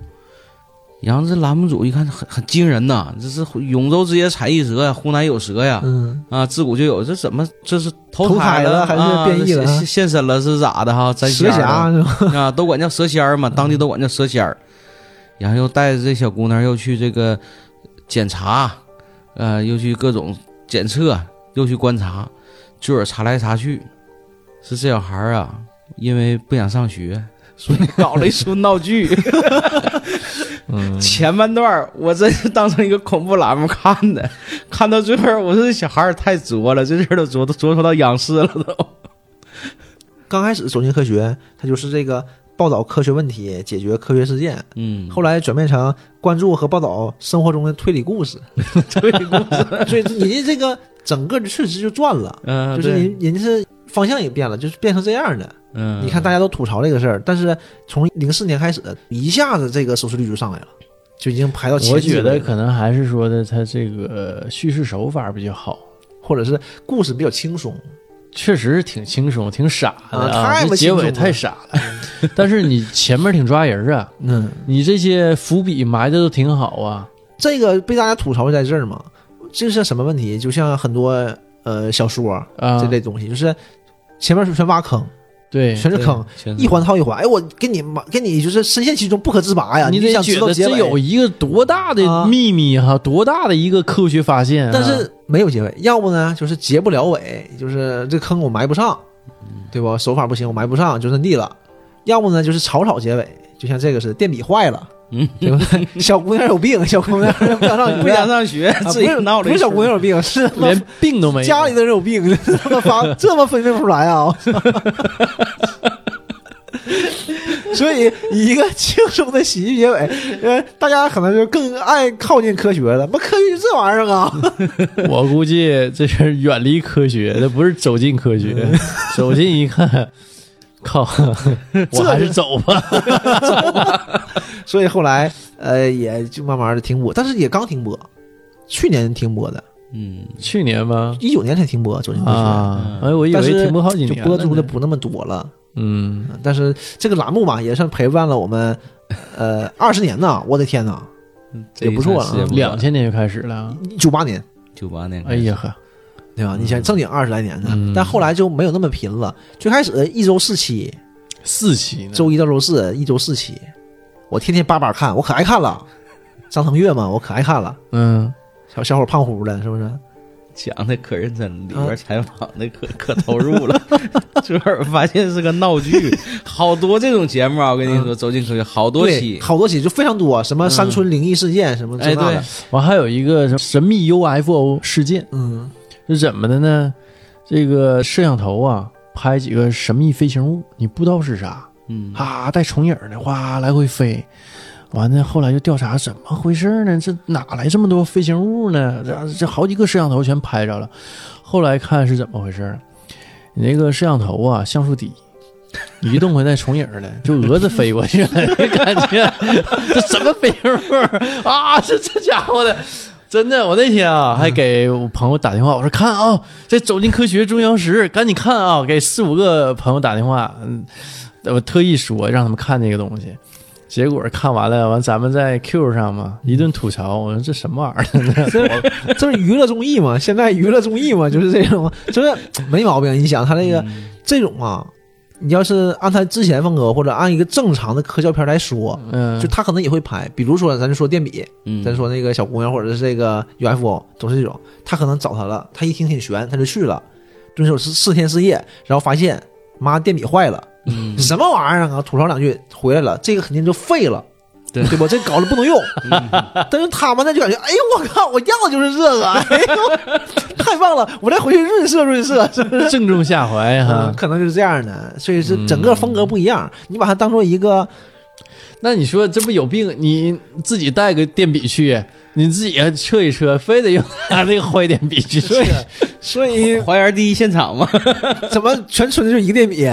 B: 然后这栏目组一看很很惊人呐，这是永州之野采异蛇呀，湖南有蛇呀，
C: 嗯，
B: 啊，自古就有，这怎么这是投
C: 投胎
B: 了
C: 了还是变异了
B: 啊现现身了是咋的哈？咱
C: 蛇侠是吧？
B: [laughs] 啊，都管叫蛇仙儿嘛，当地都管叫蛇仙儿。然后又带着这小姑娘又去这个检查，呃，又去各种检测，又去观察，最后查来查去，是这小孩儿啊，因为不想上学，所以搞了一出闹剧。 [laughs]
A: 嗯，
B: 前半段儿我真是当成一个恐怖栏目看的，看到最后儿我说这小孩儿太作了，这事儿都作都作出到央视了都。
C: 刚开始走进科学，它就是这个报道科学问题，解决科学事件。
B: 嗯
C: 后来转变成关注和报道生活中的推理故事， [laughs]
B: 推理公司，
C: 所以人家这个整个的确实就转了，
B: 嗯，
C: 就是
B: 对
C: 人人家是方向也变了，就是变成这样的。
B: 嗯，
C: 你看大家都吐槽这个事儿，但是从零四年开始，一下子这个收视率就上来了，就已经排到前
A: 我
C: 几
A: 觉
C: 位
A: 得
C: 了
A: 可能还是说的他这个呃叙事手法比较好，
C: 或者是故事比较轻松，
A: 确实挺轻松，挺傻的
C: 啊太
A: 这
C: 不
A: 结
C: 轻松
A: 尾
C: 了
A: 太傻了。但是你前面挺抓人啊，
C: 嗯，
A: 你这些伏笔埋的都挺好啊。
C: 这个被大家吐槽在这儿嘛，这是什么问题？就像很多呃小说
A: 啊，
C: 这类东西，就是前面全挖坑，
A: 对，
C: 全是
B: 对
C: 坑，
B: 全是
C: 一环套一环。哎，我给你妈给你就是深陷其中不可自拔哎呀！
A: 你
C: 你
A: 得
C: 想
A: 觉
C: 知道
A: 得
C: 结
A: 这有
C: 尾，
A: 一个多大的
C: 啊
A: 秘密哈、多大的一个科学发现、啊！
C: 但是没有结尾，要不呢就是结不了尾，就是这坑我埋不上，
A: 嗯
C: 对吧？手法不行，我埋不上，就认地了。要不呢就是草草结尾，就像这个似的，电笔坏了，
B: 嗯
C: 对吧？
A: [laughs]
C: 小姑娘有病，小姑娘不想上学，
B: 不想上学，
C: 啊
B: 自己
C: 不是
B: 闹了
C: 不
B: 一
C: 是小
B: 出
C: 姑娘有病，是他妈
A: [laughs] 连病都没有，
C: 家里的人有病，他妈发 [laughs] 这么分辨不出来啊！所以以一个轻松的喜剧结尾，呃，大家可能就更爱靠近科学了。不，科学就这玩意儿啊！
A: [laughs]
C: [laughs]
A: 我估计这是远离科学，那不是走进科学。
C: 嗯
A: [laughs] 走近一看，
C: [laughs]
A: 靠，我还是走吧。
C: 所以后来，呃，也就慢慢的停播，但是也刚停播，去年停播的，
B: 嗯，
A: 去年吗？
C: 一九年才停播《走进科学》
A: 啊，
B: 嗯
A: 哎，我以
C: 但
A: 为
C: 是
A: 停播好几
C: 就
A: 年了呢，
C: 播出的不那么多了。
A: 嗯，
C: 嗯但是这个栏目吧，也算陪伴了我们，呃，二十年呐！我的天呐，
B: 这一
C: 也不错
B: 段时间
C: 啊
B: 不
A: 两千年就开始了。
C: 九八年。
B: 九八年，
A: 哎呀，呵，
C: 对
B: 嗯
C: 吧？你想正经二十来年的，
A: 嗯
C: 但后来就没有那么频了。最开始呃一周四期，
A: 四期
B: 嗯
A: 呢，
C: 周一到周四一周四期，我天天巴巴看，我可爱看了。张腾岳嘛，我可爱看了，
A: 嗯，
C: 小小伙胖乎的，是不是？
B: 讲的可认真，里边采访的可可投入了， [laughs] 最后发现是个闹剧，好多这种节目啊，我跟你说，走进科学好多
C: 对
B: 期，
C: 好多期就非常多，什么山村灵异事件，什么这
B: 哎
C: 那
B: 对
C: 的，，
A: 完还有一个什么神秘 UFO 事件
C: 嗯，
A: 是怎么的呢？这个摄像头啊，拍几个神秘飞行物，你不知道是啥，
B: 嗯，
A: 啊，带重影儿的，哗来回飞。完了，后来就调查怎么回事呢？这哪来这么多飞行物呢？这这好几个摄像头全拍着了。后来看是怎么回事，啊你那个摄像头啊像素低，移动回带重影儿的，就蛾子飞过去了， [laughs] 感觉这什么飞行物啊？这这家伙的，真的，我那天啊还给我朋友打电话，我说看啊、这《走进科学》中央十，赶紧看啊！给四五个朋友打电话，嗯，我特意说让他们看这个东西。结果看完了，完咱们在 Q 上嘛一顿吐槽，我说这什么玩意儿？ [laughs]
C: 这这是娱乐综艺嘛？ [laughs] 现在娱乐综艺嘛，就是这种，就是没毛病。你想他那个
B: 嗯
C: 这种啊，你要是按他之前风格，或者按一个正常的科教片来说，
A: 嗯，
C: 就他可能也会拍，比如说咱就说电笔，
B: 嗯，
C: 咱说那个小姑娘或者是这个 UFO 都是这种，他可能找他了，他一听挺悬，他就去了，蹲守四四天四夜，然后发现妈电笔坏了，
B: 嗯，
C: 什么玩意儿啊？吐槽两句回来了，这个肯定就废了。
B: 对嗯
C: 对吧？这搞了不能用， [laughs] 但是他们呢就感觉，哎呦我靠，我要的就是这个，哎呦太棒了，我再回去润色润色，是不是？
A: 正中下怀哈
C: 嗯，。 [laughs] 可能就是这样的，所以是
B: 嗯
C: 整个风格不一样。你把它当做一个，
A: 那你说这不有病？你自己带个电笔去，你自己测一测，非得用他那个坏电笔去测
C: 所以。所以
B: 还原第一现场嘛，
C: 怎么全村就一个电笔？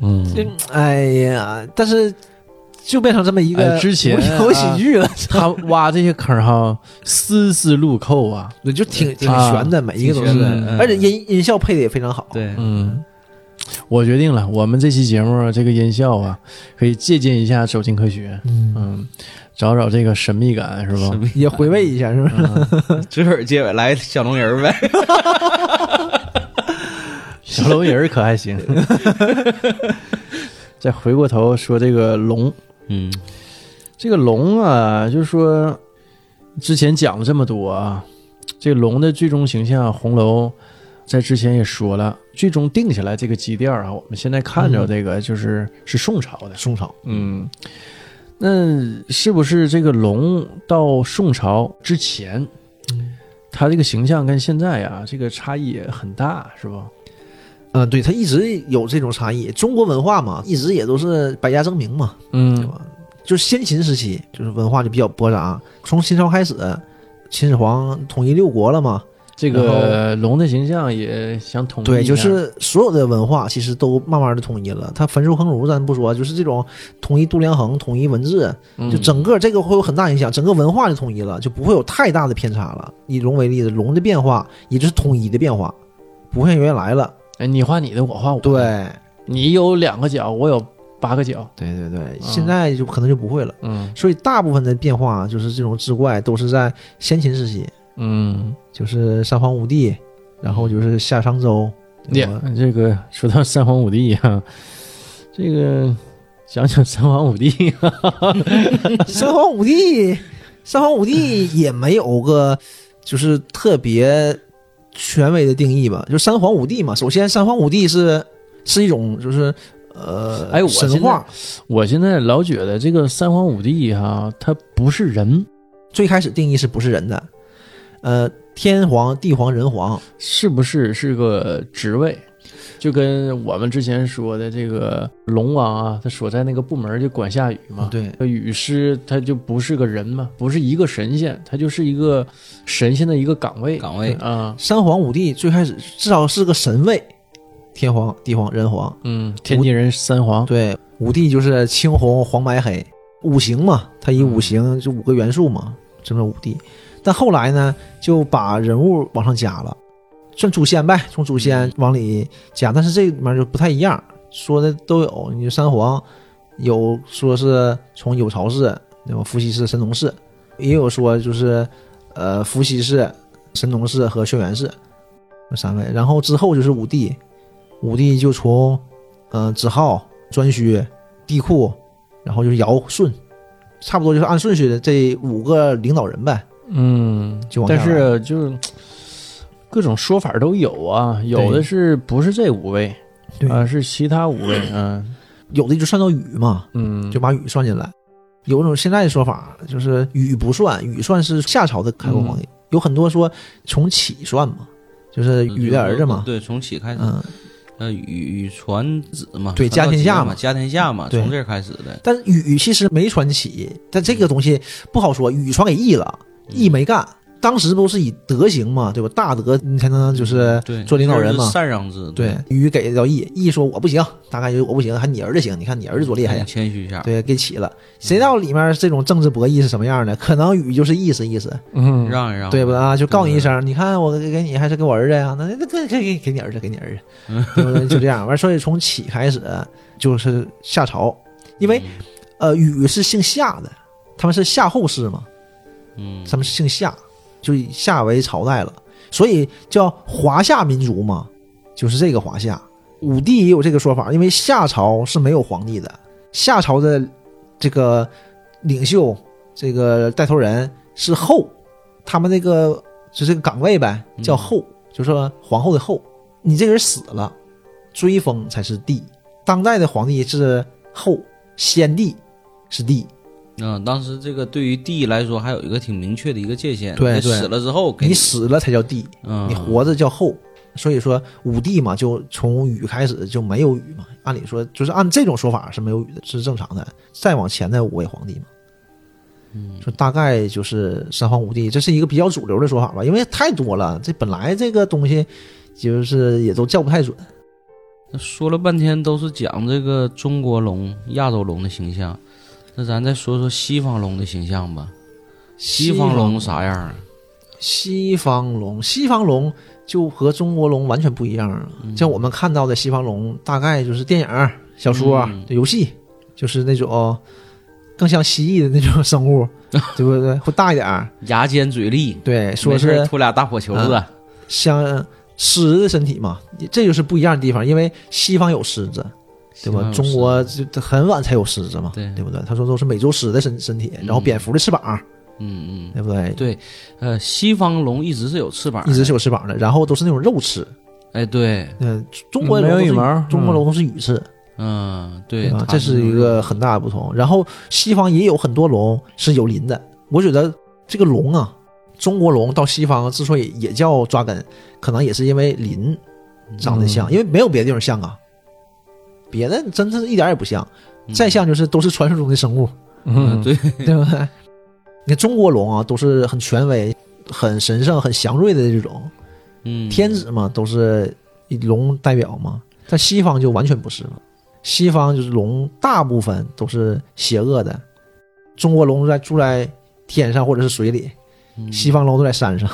A: 嗯，
C: 这哎呀，但是就变成这么一
A: 哎
C: 个
A: 之前啊
C: 无有喜剧了，
A: 他挖这些坑哈，丝丝入扣啊。
C: 我就挺挺
A: 啊
C: 悬的，每一个都
B: 挺
C: 是
B: 悬的嗯，
C: 而且音音效配的也非常好。
B: [laughs] 对，
A: 嗯，我决定了，我们这期节目这个音效啊，可以借鉴一下《走进科学》，
C: 嗯，
A: 嗯，找找这个神秘感，是吧？
C: 也回味一下，是不是？
B: 最后结尾来小龙人儿呗，
A: 小龙人儿可还 [laughs] 行。再回过头说这个龙，
B: 嗯
A: 这个龙啊，就是说之前讲了这么多啊，这个龙的最终形象，红楼在之前也说了，最终定下来这个基调啊，我们现在看着这个就是、是宋朝的，
C: 宋 [laughs] 朝，
A: 嗯，那是不是这个龙到宋朝之前，嗯它这个形象跟现在啊，这个差异也很大，是吧？
C: 嗯，对，它一直有这种差异。中国文化嘛，一直也都是百家争鸣嘛，对
A: 嗯
C: 吧？就是先秦时期，就是文化就比较驳杂。从秦朝开始，秦始皇统一六国了嘛，
A: 这个龙的形象也想统一一下，
C: 对，就是所有的文化其实都慢慢的统一了。它焚书坑儒咱不说，就是这种统一度量衡、统一文字，
A: 嗯
C: 就整个这个会有很大影响，整个文化就统一了，就不会有太大的偏差了。以龙为例子，龙的变化也就是统一的变化，不像原来了。
A: 哎，你画你的，我画我的，
C: 对，
A: 你有两个角，我有八个角，
C: 对对对，现在就可能就不会了。
A: 嗯
C: 所以大部分的变化就是这种志怪都是在先秦时期，
A: 嗯，
C: 就是三皇五帝，然后就是夏商周。对
A: 也
C: 吧
A: 这个说到三皇五帝啊， [laughs] 这个想想三皇五帝、啊
C: 三皇五帝，三皇五帝也没有个就是特别权威的定义吧，就三皇五帝嘛。首先，三皇五帝是是一种就是呃，
A: 哎我
C: 神
A: 现在
C: 话
A: [laughs] 我现在老觉得这个三皇五帝哈、他不是人，
C: 最开始定义是不是人的？呃，天皇、地皇、人皇，
A: 是不是是个职位？就跟我们之前说的这个龙王啊，他所在那个部门就管下雨嘛，
C: 对，
A: 这雨师他就不是个人嘛，不是一个神仙，他就是一个神仙的一个岗位
B: 岗位
A: 啊，
C: 三皇五帝最开始至少是个神位，天皇、地皇、人皇。
A: 嗯，天地人三皇，
C: 对，五帝就是青红黄白黑，五行嘛，它以五行就五个元素嘛，这么五帝。但后来呢，就把人物往上加了，算祖先呗，从祖先往里加。但是这里面就不太一样，说的都有，你三皇有说是从有巢氏，对吧？伏羲氏、神农氏，也有说就是呃伏羲氏、神农氏和轩辕氏这三位。然后之后就是五帝，五帝就从嗯、呃子浩、颛顼、帝喾，然后就是尧、舜，差不多就是按顺序的这五个领导人呗，
A: 嗯，
C: 就往下
A: 但
C: 来
A: 是就各种说法都有啊，有的是不是这五位
C: 对
A: 啊，是其他五位，啊，
C: 有的就算到禹嘛，
A: 嗯，
C: 就把禹算进来。有一种现在的说法就是禹不算，禹算是夏朝的开国皇帝。有很多说从启算嘛，就是禹的儿子嘛，
B: 对，从起开始，
C: 嗯，
B: 呃，禹禹传子嘛，
C: 对
B: 传到
C: 家天下
B: 桀
C: 嘛
B: 嘛，家天下嘛，
C: 对
B: 从这儿开始的，
C: 但是禹其实没传起，但这个东西不好说，禹传给羿了，羿没干。当时不是以德行嘛，对吧？大德你才能就是
B: 对，
C: 做领导人嘛
B: 这是禅让制，
C: 对，，禹给到羿，羿说我不行，大概就是我不行，还你儿子行，你看你儿子多厉害呀，
B: 谦虚一下，
C: 对，给起了。谁知道里面这种政治博弈是什么样的？可能禹就是意思意思，
A: 嗯，
B: 让一让，
C: 对吧？啊，就告你一
B: 哦对
C: 声，你看我给给你还是给我儿子呀？那那那给给给你儿子，给你儿子，对不对？就这样。完，所以从启开始就是夏朝，因为呃禹是姓夏的，他们是夏后氏嘛，
B: 嗯，
C: 他们是姓夏，就以夏为朝代了，所以叫华夏民族嘛，就是这个华夏。武帝也有这个说法，因为夏朝是没有皇帝的，夏朝的这个领袖、这个带头人是后，他们那个就这个岗位呗，叫后，就是说皇后的后。你这个人死了，追封才是帝，当代的皇帝是后，先帝是帝，
B: 嗯，当时这个对于帝来说还有一个挺明确的一个界限，
C: 对
B: 你
C: 对
B: 死了之后给
C: 你死了才叫帝，
B: 嗯，
C: 你活着叫后。所以说武帝嘛，就从禹开始就没有禹嘛。按理说就是按这种说法是没有禹的，是正常的。再往前的五位皇帝嘛，嗯，就大概就是三皇五帝，这是一个比较主流的说法吧，因为太多了。这本来这个东西就是也都叫不太准。
B: 那说了半天都是讲这个中国龙、亚洲龙的形象，那咱再说说西方龙的形象吧。西方龙啥样啊？
C: 西方龙，西方龙就和中国龙完全不一样啊！
B: 嗯
C: 像我们看到的西方龙，大概就是电影儿、小说儿、
B: 嗯
C: 游戏，就是那种哦更像蜥蜴的那种
B: [laughs]
C: 生物，对不对？会大一点儿，
B: 牙尖嘴利，
C: 对，说
B: 没事儿
C: 是啊
B: 吐俩大火球子。
C: 像狮子的身体嘛，这就是不一样的地方，因为西方有狮子，对
B: 西
C: 吧？
B: 方有
C: 中国就很晚才有狮子嘛，
B: 对
C: 对不对？他说都是美洲狮的身身体，然后
B: 嗯
C: 蝙蝠的翅膀，
B: 嗯嗯，
C: 对不对？
B: 对，呃，西方龙一直是有翅膀的，
C: 一直是有翅膀的，然后都是那种肉吃，
B: 哎，对，
C: 嗯，中国
A: 没
C: 龙
A: 有
C: 都
A: 羽
C: 是
A: 毛，
C: 中国
A: 嗯
C: 龙都是羽翅，
B: 嗯，
C: 对
B: 对
C: 吧，？
B: 它
C: 这是一个很大的不同。然后西方也有很多龙是有鳞的，我觉得这个龙啊，中国龙到西方之所以也叫抓根，可能也是因为鳞
A: 嗯
C: 长得像，因为没有别的地方像啊，别的真是一点也不像。
A: 嗯
C: 再像就是都是传说中
A: [laughs]
C: 的生物，
B: 嗯，对，
C: 对不对？你看中国龙啊，都是很权威、很神圣、很祥瑞的这种，
B: 嗯，
C: 天子嘛，都是以龙代表嘛。但西方就完全不是了，西方就是龙大部分都是邪恶的，中国龙在住在天上或者是水里，
B: 嗯
C: 西方龙都在山上，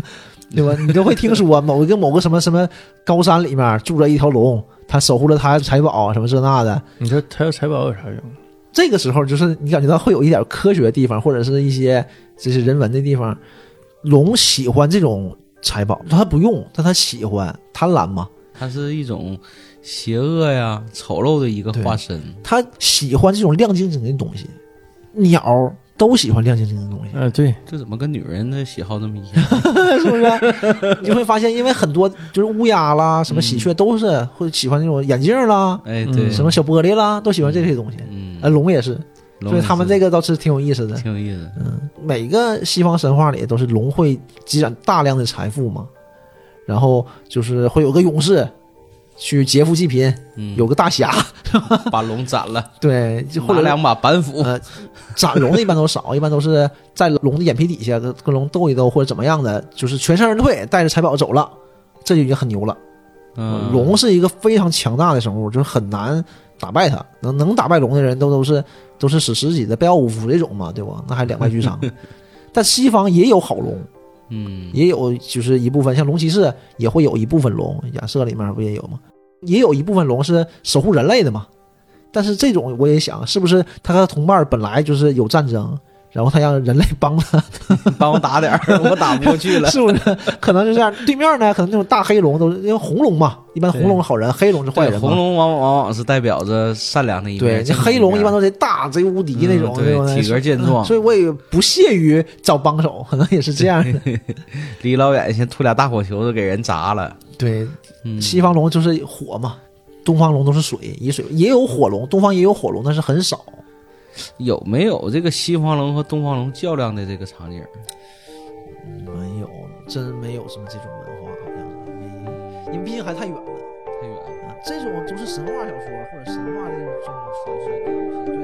C: [laughs] 对吧？你都会听说某一个某个什么什么高山里面住着一条龙，它守护着它的财宝啊什么这那的。
A: 你说他要财宝有啥用？
C: 这个时候就是你感觉到会有一点科学的地方，或者是一些这些人文的地方。龙喜欢这种财宝，它不用，但它喜欢贪婪嘛。
B: 它是一种邪恶呀、丑陋的一个化身。
C: 他喜欢这种亮晶晶的东西，鸟都喜欢亮晶晶
B: [laughs]
C: 的东西，
A: 啊，对，
B: 这怎么跟女人的喜好那么一
C: [laughs]
B: 样？
C: 是不是？你会发现，因为很多就是乌鸦啦，什么喜鹊都是会喜欢那种眼镜啦，
B: 哎，
A: 嗯
B: 对，
C: 什么小玻璃啦，都喜欢这些东西。
B: 嗯，
C: 呃，龙也是，
B: 龙
C: 所
B: 也
C: 以他们
B: 是
C: 这个倒是挺有意思的。
B: 挺有意思。
C: 每个西方神话里都是龙会积攒大量的财富嘛，然后就是会有个勇士去劫富济贫，
B: 嗯，
C: 有个
B: [laughs]
C: 大侠，
B: 把龙斩了，
C: 对， [laughs] 就
B: 拿
C: 或者
B: 两把板斧。
C: 呃，斩龙的一般都少，一般都是在龙的眼皮底下跟跟龙斗一斗或者怎么样的，就是全身而退，带着财宝走了，这就已经很牛了。
B: 嗯，
C: 龙是一个非常强大的生物，就是很难打败它，能能打败龙的人都都是都是史诗级的，被奥武夫这种嘛，对吧？那还两败俱伤。 [laughs] 但西方也有好龙， [laughs]
B: 嗯，
C: 也有就是一部分像龙骑士也会有一部分龙，亚瑟里面不也有吗？也有一部分龙是守护人类的嘛。但是这种我也想，是不是他和同伴本来就是有战争，然后他让人类帮他，
B: 帮我打点儿，我打不过去 [laughs] 了。
C: 是不是？ [laughs] 可能就这样。对面呢，可能那种大黑龙都是因为红龙嘛，一般红龙是好人，黑龙是坏
B: 对，
C: 人
B: 红
C: 嘛。
B: 龙往往往是代表着善良的一
C: 对，
B: 面，
C: 这
B: 正
C: 黑
B: 义
C: 龙一
B: 面
C: 般都贼大、贼无敌那种，
B: 嗯
C: 吧？
B: 对，体格健壮
C: [laughs] 所，以我也不屑于找帮手，可能也是这样的。
B: 离老远先吐俩大火球子给人砸了。
C: [laughs] 对，
B: 嗯，
C: 西方龙就是火嘛，东方龙都是水，以水也有火龙，东方也有火龙，但是很少。
B: 有没有这个西方龙和东方龙较量的这个场景儿？
C: 没有，真没有什么这种文化，好像是，因为毕竟还太远了。
B: 太远了。
C: 啊这种都是神话小说或者神话的这种传说。对